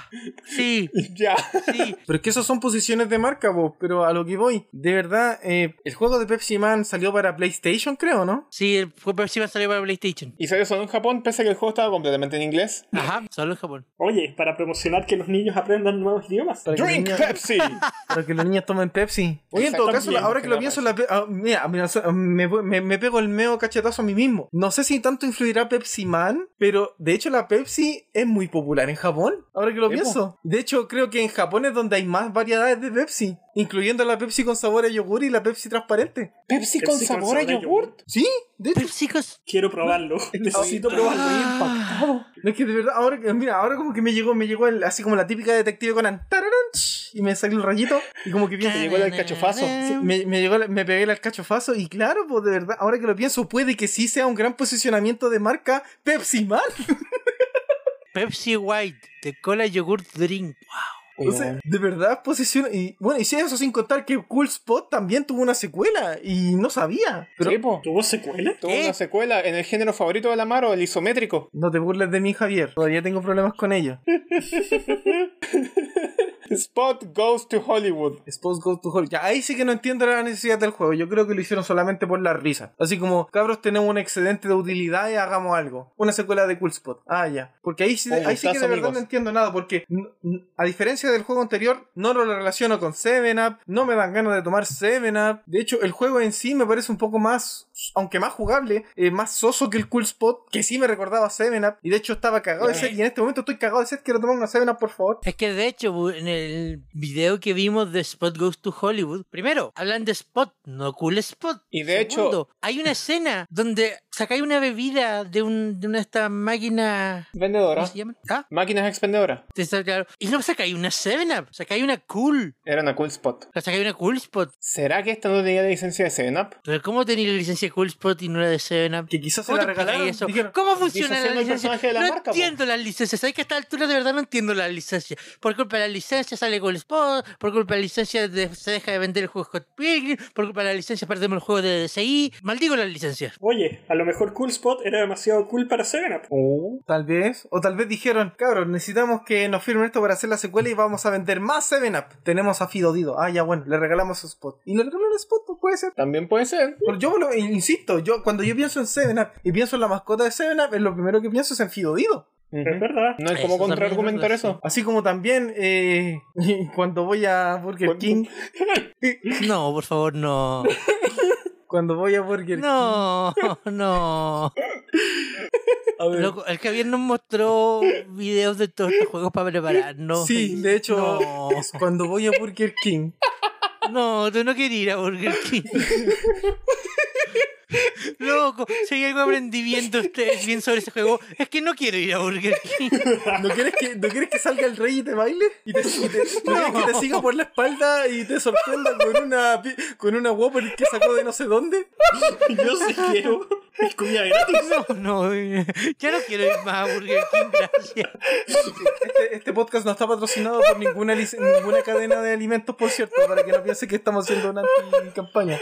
Sí,
Ya.
sí.
Pero es que esas son posiciones de marca, vos. Pero a lo que voy, de verdad, eh, el juego de Pepsi Man salió para PlayStation, creo, ¿no?
Sí, el juego sí va a salir para PlayStation.
Y salió solo en Japón, pese a que el juego estaba completamente en inglés.
Ajá, solo en Japón.
Oye, para promocionar que los niños aprendan nuevos idiomas.
Para que los
Drink
niños-
Pepsi.
Para que los niños tomen Pepsi. Oye, en todo caso,
También,
ahora que lo pienso, la pe- ah, mira, mira, so- me, voy- me- me pego el meo cachetazo a mí mismo. No sé si tanto influirá Pepsi Man, pero de hecho la Pepsi es muy popular en Japón. Ahora que lo
Sí, po.
pienso. De hecho, creo que en Japón es donde hay más variedades de Pepsi, incluyendo la Pepsi con sabor a yogur y la Pepsi transparente.
Pepsi con
Pepsi con
sabor a
sabor a
yogurt.
Sí, de hecho.
Pero chicos...
Quiero probarlo. Necesito probarlo.
No, es que de verdad, ahora que, mira, ahora como que me llegó, me llegó el- así como la típica detective Conan, tararán, ch, y me salió el rayito, y como que
Te
bien,
llegó el alcachofazo.
sí, me, me llegó, la- me pegué el alcachofazo, y claro, pues de verdad, ahora que lo pienso, puede que sí sea un gran posicionamiento de marca Pepsi Man.
Pepsi White, de cola yogurt drink.
O sea, de verdad, posición, y bueno, y sí, eso sin contar que Cool Spot también tuvo una secuela, y no sabía, pero
Sí, po.
¿Tuvo secuela?
Tuvo
¿Eh?
una secuela en el género favorito de la Maro, el isométrico.
no te burles de mí, Javier, todavía tengo problemas con ello.
Spot goes to Hollywood.
Suppose Go to Hall. Ya, ahí sí que no entiendo la necesidad del juego. Yo creo que lo hicieron solamente por la risa. Así como, cabros, tenemos un excedente de utilidad y hagamos algo. Una secuela de Cool Spot. Ah, ya. Porque ahí sí,
Un
ahí sí que de
gustazo,
verdad
amigos.
no entiendo nada. Porque, n- n- a diferencia del juego anterior, no lo relaciono con 7-Up. No me dan ganas de tomar 7-Up. De hecho, el juego en sí me parece un poco más, aunque más jugable, eh, más soso que el Cool Spot. Que sí me recordaba 7-Up. Y de hecho, estaba cagado de sed. Y en este momento estoy cagado de sed. Quiero tomar una 7-Up, por favor.
Es que de hecho, bu- en el video que vimos de Spot Goes to Hollywood, primero, hablan de Spot, no Cool Spot.
Y de hecho-
Segundo, hay una escena donde sacáis una bebida de, un, de una de estas máquinas. ¿Cómo
Vendedora.
se llaman? Ah,
Máquinas expendedoras.
te está claro. Y no sacáis una 7-Up, sacáis una Cool.
Era una cool spot.
La sacáis una Cool Spot.
¿Será que esta no tenía licencia de 7-Up?
Pero ¿cómo tenéis la licencia de Cool Spot y no la de 7-Up?
Que quizás se
¿Cómo
la
te pagáis
regalaron.
eso?
Dijeron,
¿Cómo funciona
disociando
la
el
licencia?
personaje de la
no
marca, po.
entiendo las licencias. ¿Sabes que a esta altura de verdad no entiendo las licencias? Por culpa de la licencia sale Gold Spot, por culpa de la licencia de- se deja de vender el juego Hot Pilgrim, por culpa de la licencia perdemos el juego de DSI. Maldigo las licencias.
Oye, a lo mejor Cool Spot era demasiado cool para 7-Up.
Tal vez. O tal vez dijeron, cabros, necesitamos que nos firmen esto para hacer la secuela y vamos a vender más 7-Up. Tenemos a Fido Dido. Ah, ya bueno, le regalamos su spot. Y le regalaron un spot, pues, puede ser.
También puede ser.
Pero yo lo- insisto, yo cuando yo pienso en 7-Up y pienso en la mascota de 7-Up, es lo primero que pienso es en Fido Dido.
Es verdad.
No
Eso
hay como
también
contraargumentar
es verdad,
eso.
Así como también eh, cuando voy a Burger
Cuando-
King,
No, por favor, no.
cuando voy a Burger
No, no.
King. A ver.
Loco, el Javier nos mostró videos de todos estos juegos para prepararnos.
Sí, de hecho,
No,
cuando voy a Burger King,
No, tú no querías ir a Burger King. Loco, si hay algo que aprendí viendo ustedes bien sobre ese juego, es que no quiero ir a Burger King.
¿No quieres, que, ¿No quieres que salga el rey y te baile? ¿Y te, y te- ¿no quieres que te siga por la espalda y te sorprenda con una, pi- con una Whopper que sacó de no sé dónde?
Yo sí quiero. Es comida gratis.
No, no, eh, ya no quiero ir más a Burger King, gracias.
Este, este podcast no está patrocinado por ninguna, lic- ninguna cadena de alimentos, por cierto, para que no piense que estamos haciendo una anti-campaña.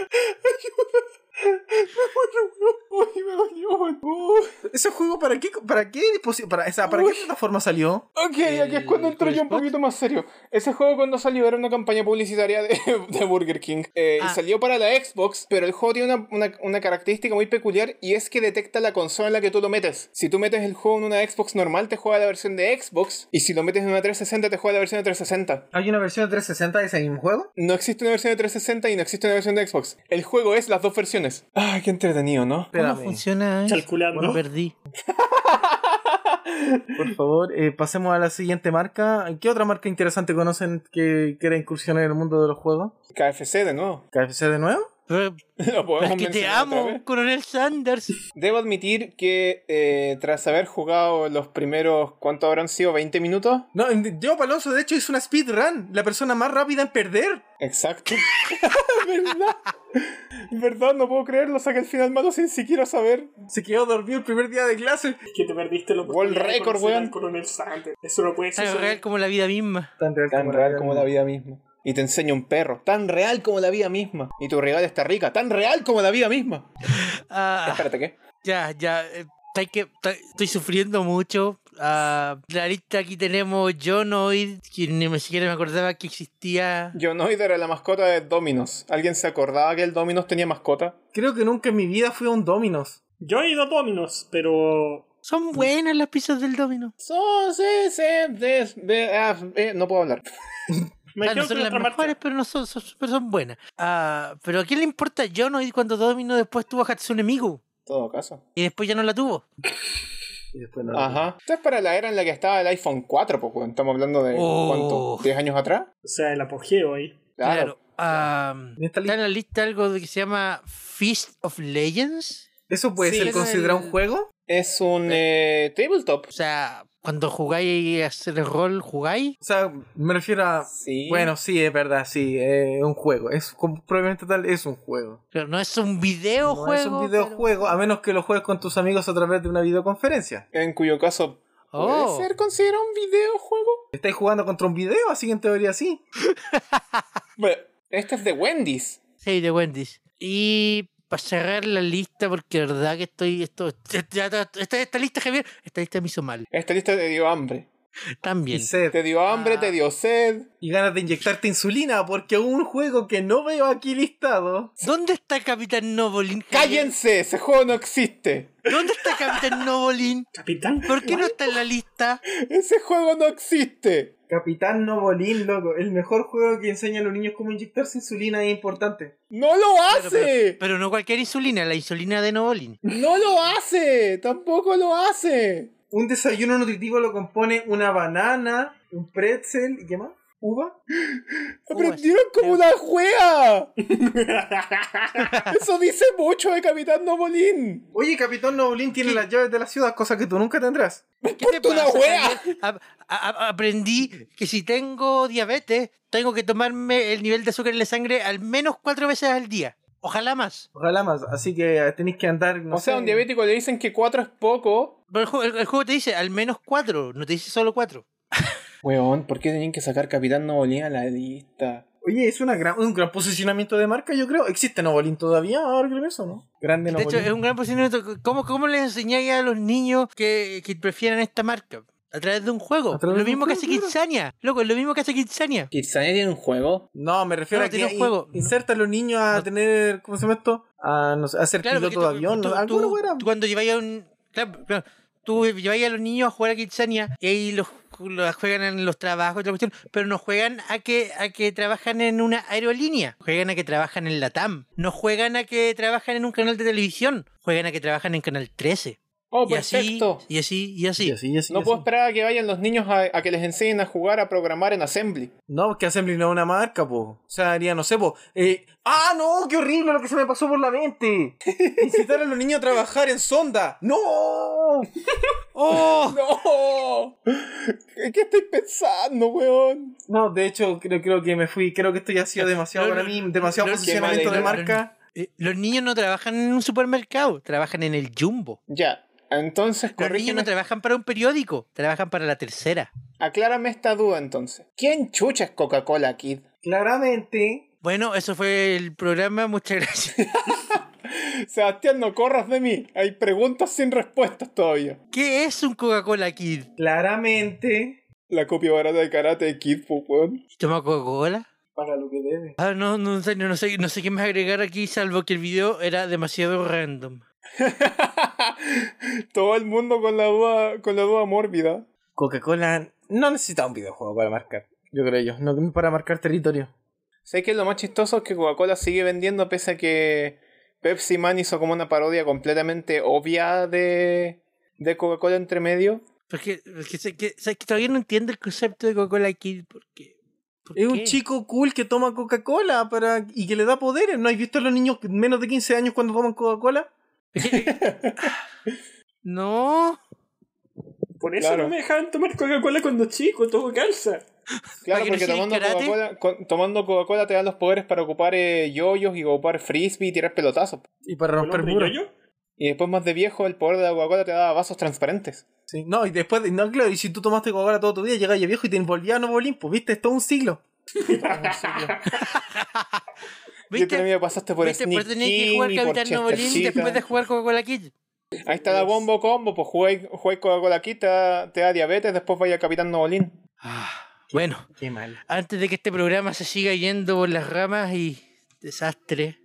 Uy, me dolió. Uh,
¿Ese juego para qué, para qué disposi- para, o sea, ¿para qué plataforma salió?
Ok, aquí
Eh,
es cuando
¿El
entro yo un
Spot?
poquito más serio. Ese juego cuando salió era una campaña publicitaria de, de Burger King. Eh, y
Ah.
salió para la Xbox, pero el juego tiene una, una- una característica muy peculiar y es que detecta la consola en la que tú lo metes. Si tú metes el juego en una Xbox normal, te juega la versión de Xbox. Y si lo metes en una 360, te juega la versión de 360.
¿Hay una versión de 360 de ese mismo juego?
No existe una versión de 360 y no existe una versión de Xbox. El juego es las dos versiones. Ah, qué entretenido, ¿no?
¿Cómo
Espérame,
funciona eso?
Calculando.
Me perdí.
por favor, eh, pasemos a la siguiente marca. ¿Qué otra marca interesante conocen que quiera incursionar en el mundo de los juegos?
KFC de nuevo.
¿KFC de nuevo?
Pero,
Lo podemos
es que te
mencionar otra
amo,
vez.
Coronel Sanders.
Debo admitir que eh, tras haber jugado los primeros, ¿cuánto habrán sido? ¿20 minutos?
No, en- Diego Palonso, de hecho, hizo una speedrun. La persona más rápida en perder.
Exacto. ¿Verdad? ¿Verdad? No puedo creerlo. Saqué el final malo sin siquiera saber.
Se quedó dormido el primer día de clase.
Es que te perdiste lo
World record, weón.
Coronel Sanders. Eso no puede ser.
Tan real como la vida misma.
Tan real,
Tan real como la vida misma. Y te enseña un perro. Tan real como la vida misma. Y tu rival está rica. Tan real como la vida misma.
Ah,
Espérate, ¿qué?
Ya, ya. eh, hay que, ta- estoy sufriendo mucho. Ah, la lista aquí tenemos Jonoid, que ni me siquiera me acordaba que existía.
Jonoid era la mascota de Dominos. ¿Alguien se acordaba que el Dominos tenía mascota?
Creo que nunca en mi vida fui a un Dominos.
Yo he ido a Dominos, pero.
Son buenas las pizzas del domino.
So, sí, sí, des- de- ah, eh, no puedo hablar.
Me
Ah, no
dijeron que
son
en
las
otra marca.
mejores, pero no son, son, pero son buenas. Ah, pero ¿a quién le importa Jonoid cuando Domino después tuvo a Hatsune Miku?
En todo caso.
Y después ya no la tuvo.
Y después no.
Ajá. Esto es para la era en la que estaba el iPhone 4, pues, weón. Estamos hablando de
Oh.
¿cuánto? ¿10 años atrás?
O sea, el apogeo ahí.
Claro. Ah,
En
está
esta lista-
en la lista algo de que se llama Feast of Legends.
¿Eso puede
Sí,
ser
es
considerado
el-
un juego?
Es un eh, tabletop.
O sea, cuando jugáis a hacer el rol, jugáis.
O sea, me refiero a.
Sí.
Bueno, sí, es verdad, sí, eh, es un juego. Es como- probablemente tal, es un juego.
Pero no es un videojuego.
no es un
pero-
videojuego, a menos que lo juegues con tus amigos a través de una videoconferencia.
En cuyo caso, ¿puede
Oh.
ser considerado un videojuego?
Estáis jugando contra un video, así que en teoría sí.
Bueno, este es de Wendy's.
Sí, de Wendy's. Y para cerrar la lista, porque la verdad que estoy. Esto, esta, esta- esta lista, Javier, esta lista me hizo mal.
Esta lista te dio hambre.
También.
Y sed.
Te dio hambre, te dio sed.
Y ganas de inyectarte insulina porque un juego que no veo aquí listado.
¿Dónde está Capitán Novolin? Javier?
¡Cállense! Ese juego no existe.
¿Dónde está Capitán Novolin?
Capitán.
¿Por qué no está en la lista?
Ese juego no existe.
Capitán Novolín, loco. El mejor juego que enseña a los niños cómo inyectarse insulina es importante.
¡No lo
Pero, pero-
hace!
pero no cualquier insulina, la insulina de Novolin.
¡No lo hace! ¡Tampoco lo hace!
Un desayuno nutritivo lo compone una banana, un pretzel y qué más? Uva.
¡Aprendieron como una juega! Eso dice mucho de Capitán Novolín.
Oye, Capitán Novolín tiene las llaves de la ciudad, cosa que tú nunca tendrás.
¿Qué te
Ponte una
pasa,
wea.
Javier? A- a- a- Aprendí que si tengo diabetes, tengo que tomarme el nivel de azúcar en la sangre al menos cuatro veces al día. Ojalá más.
Ojalá más, así que tenéis que andar. no
O sea, a
sé,
un diabético le dicen que cuatro es poco.
Pero el ju- el- el juego, te dice al menos cuatro, no te dice solo cuatro.
Weón, ¿por qué tenían que sacar Capitán Novolín a la lista?
Oye, es una gran, un gran posicionamiento de marca, yo creo. ¿Existe Novolín todavía? Ahora que lo pienso, ¿no? Grande
De hecho,
Novolín.
es un gran posicionamiento. ¿Cómo, cómo les enseñáis a los niños que, que prefieran esta marca? A través de un juego.
A través
Lo
de un
mismo que
juego,
hace
claro.
Kitsania. Loco, es lo mismo que hace Kitsania.
¿Kitsania tiene un juego?
No, me refiero
No,
a que
tiene un juego.
in- inserta a los niños a
No.
tener, ¿cómo se llama esto? A, no sé, a ser
porque
piloto de avión.
tú-
¿no?
tú-
Alguna
tú-
weá.
tú cuando lleváis a un. Claro, claro. tú lleváis a los niños a jugar a Kitsania y ahí los, los juegan en los trabajos, y toda la cuestión, pero no juegan a que, a que trabajan en una aerolínea, juegan a que trabajan en la TAM, no juegan a que trabajan en un canal de televisión, juegan a que trabajan en Canal 13.
Oh,
y, así,
perfecto.
y así, y así,
Y así, y así,
no
y
puedo
así.
esperar a que vayan los niños a, a que les enseñen a jugar a programar en Assembly.
No, porque Assembly no es una marca, po. O sea, haría, no sé, po. eh, ¡Ah, no! ¡Qué horrible lo que se me pasó por la mente! Incitar a los niños a trabajar en sonda. ¡No!
¡Oh!
¡No! ¿Qué, qué estoy pensando, weón?
No, de hecho, creo, creo que me fui. Creo que esto ya ha sido demasiado
No, no,
para mí. Demasiado
no,
posicionamiento
qué
de
mala idea.
marca.
Eh, Los niños no trabajan en un supermercado, trabajan en el jumbo.
Ya, entonces
Los niños no
corrígeme.
trabajan para un periódico, trabajan para la tercera.
Aclárame esta duda entonces. ¿Quién chucha es Coca-Cola Kid?
Claramente,
Bueno, eso fue el programa, muchas gracias.
Sebastián, no corras de mí. Hay preguntas sin respuestas todavía.
¿Qué es un Coca-Cola Kid?
claramente,
La copia barata de karate de Kid, po, weón.
¿Toma Coca-Cola?
para lo que debe.
Ah, no, no, en serio, no sé, no sé qué más agregar aquí, salvo que el video era demasiado random.
Todo el mundo con la duda, con la duda mórbida.
Coca-Cola no necesita un videojuego para marcar. Yo creo yo. No para marcar territorio.
Sé que lo más chistoso es que Coca-Cola sigue vendiendo pese a que Pepsi Man hizo como una parodia completamente obvia de, de Coca-Cola entre medio.
Porque, porque sé que, sé que todavía no entiendo el concepto de Coca-Cola Kid, porque... ¿por
Es un
qué?
chico cool que toma Coca-Cola para y que le da poderes. ¿No has visto a los niños menos de 15 años cuando toman Coca-Cola?
Ah, No,
Por eso
Claro.
no me dejaban tomar Coca-Cola cuando chico, todo calza.
¿Para
Claro,
que no
porque
siga el
tomando
karate?
Coca-Cola con- tomando Coca-Cola te dan los poderes para ocupar eh, yoyos y ocupar frisbee y tirar pelotazos.
Y para
¿El
romper
hombre
muros.
yoyo?
Y después más de viejo el poder de la Coca-Cola te da vasos transparentes.
Sí. No, y después, de- no, claro, y si tú tomaste Coca-Cola todo tu vida, llegabas ya viejo y te envolvías a Nuevo Olimpo, ¿viste? Es todo un siglo.
Y tú
¿viste?
también pasaste por
¿Viste?
Sneak
Por tener que jugar
King y por
Capitán Novolín
Chestercita.
después de jugar Coca-Cola Kid.
Ahí está la bombo combo, pues jugué, jugué Coca-Cola aquí, te da, te da diabetes, después vaya Capitán Novolín.
Ah, bueno,
Qué mal.
antes de que este programa se siga yendo por las ramas y... Desastre.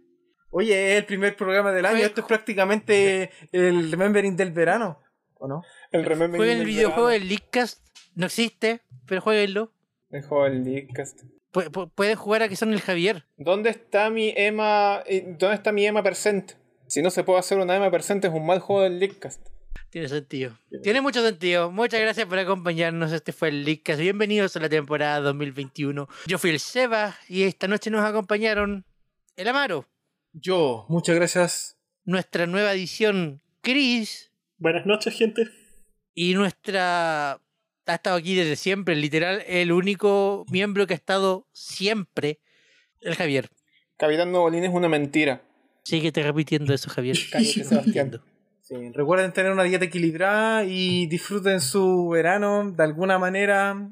Oye, es el primer programa del año.
Oye,
Esto es prácticamente el remembering del verano. ¿O no?
El remember
Jueguen el
del
videojuego
verano.
del Leakcast. No existe, pero jueguenlo.
El juego del Leadcast.
Pu- pu- Pueden jugar a que son el Javier.
¿Dónde está mi Emma? eh, ¿Dónde está mi Emma Percent? Si no se puede hacer una Emma Percent es un mal juego del Leadcast.
Tiene sentido. Tiene mucho sentido. Muchas gracias por acompañarnos. Este fue el Leakcast. Bienvenidos a la temporada 2021. Yo fui el Seba y esta noche nos acompañaron el Amaro,
Yo, muchas gracias.
nuestra nueva edición Chris
Buenas noches, gente.
y nuestra... Ha estado aquí desde siempre, literal, el único miembro que ha estado siempre, el Javier.
Capitán Novolín es una mentira.
Síguete repitiendo eso, Javier.
Cállate, Sebastián.
Sí, recuerden tener una dieta equilibrada y disfruten su verano de alguna manera.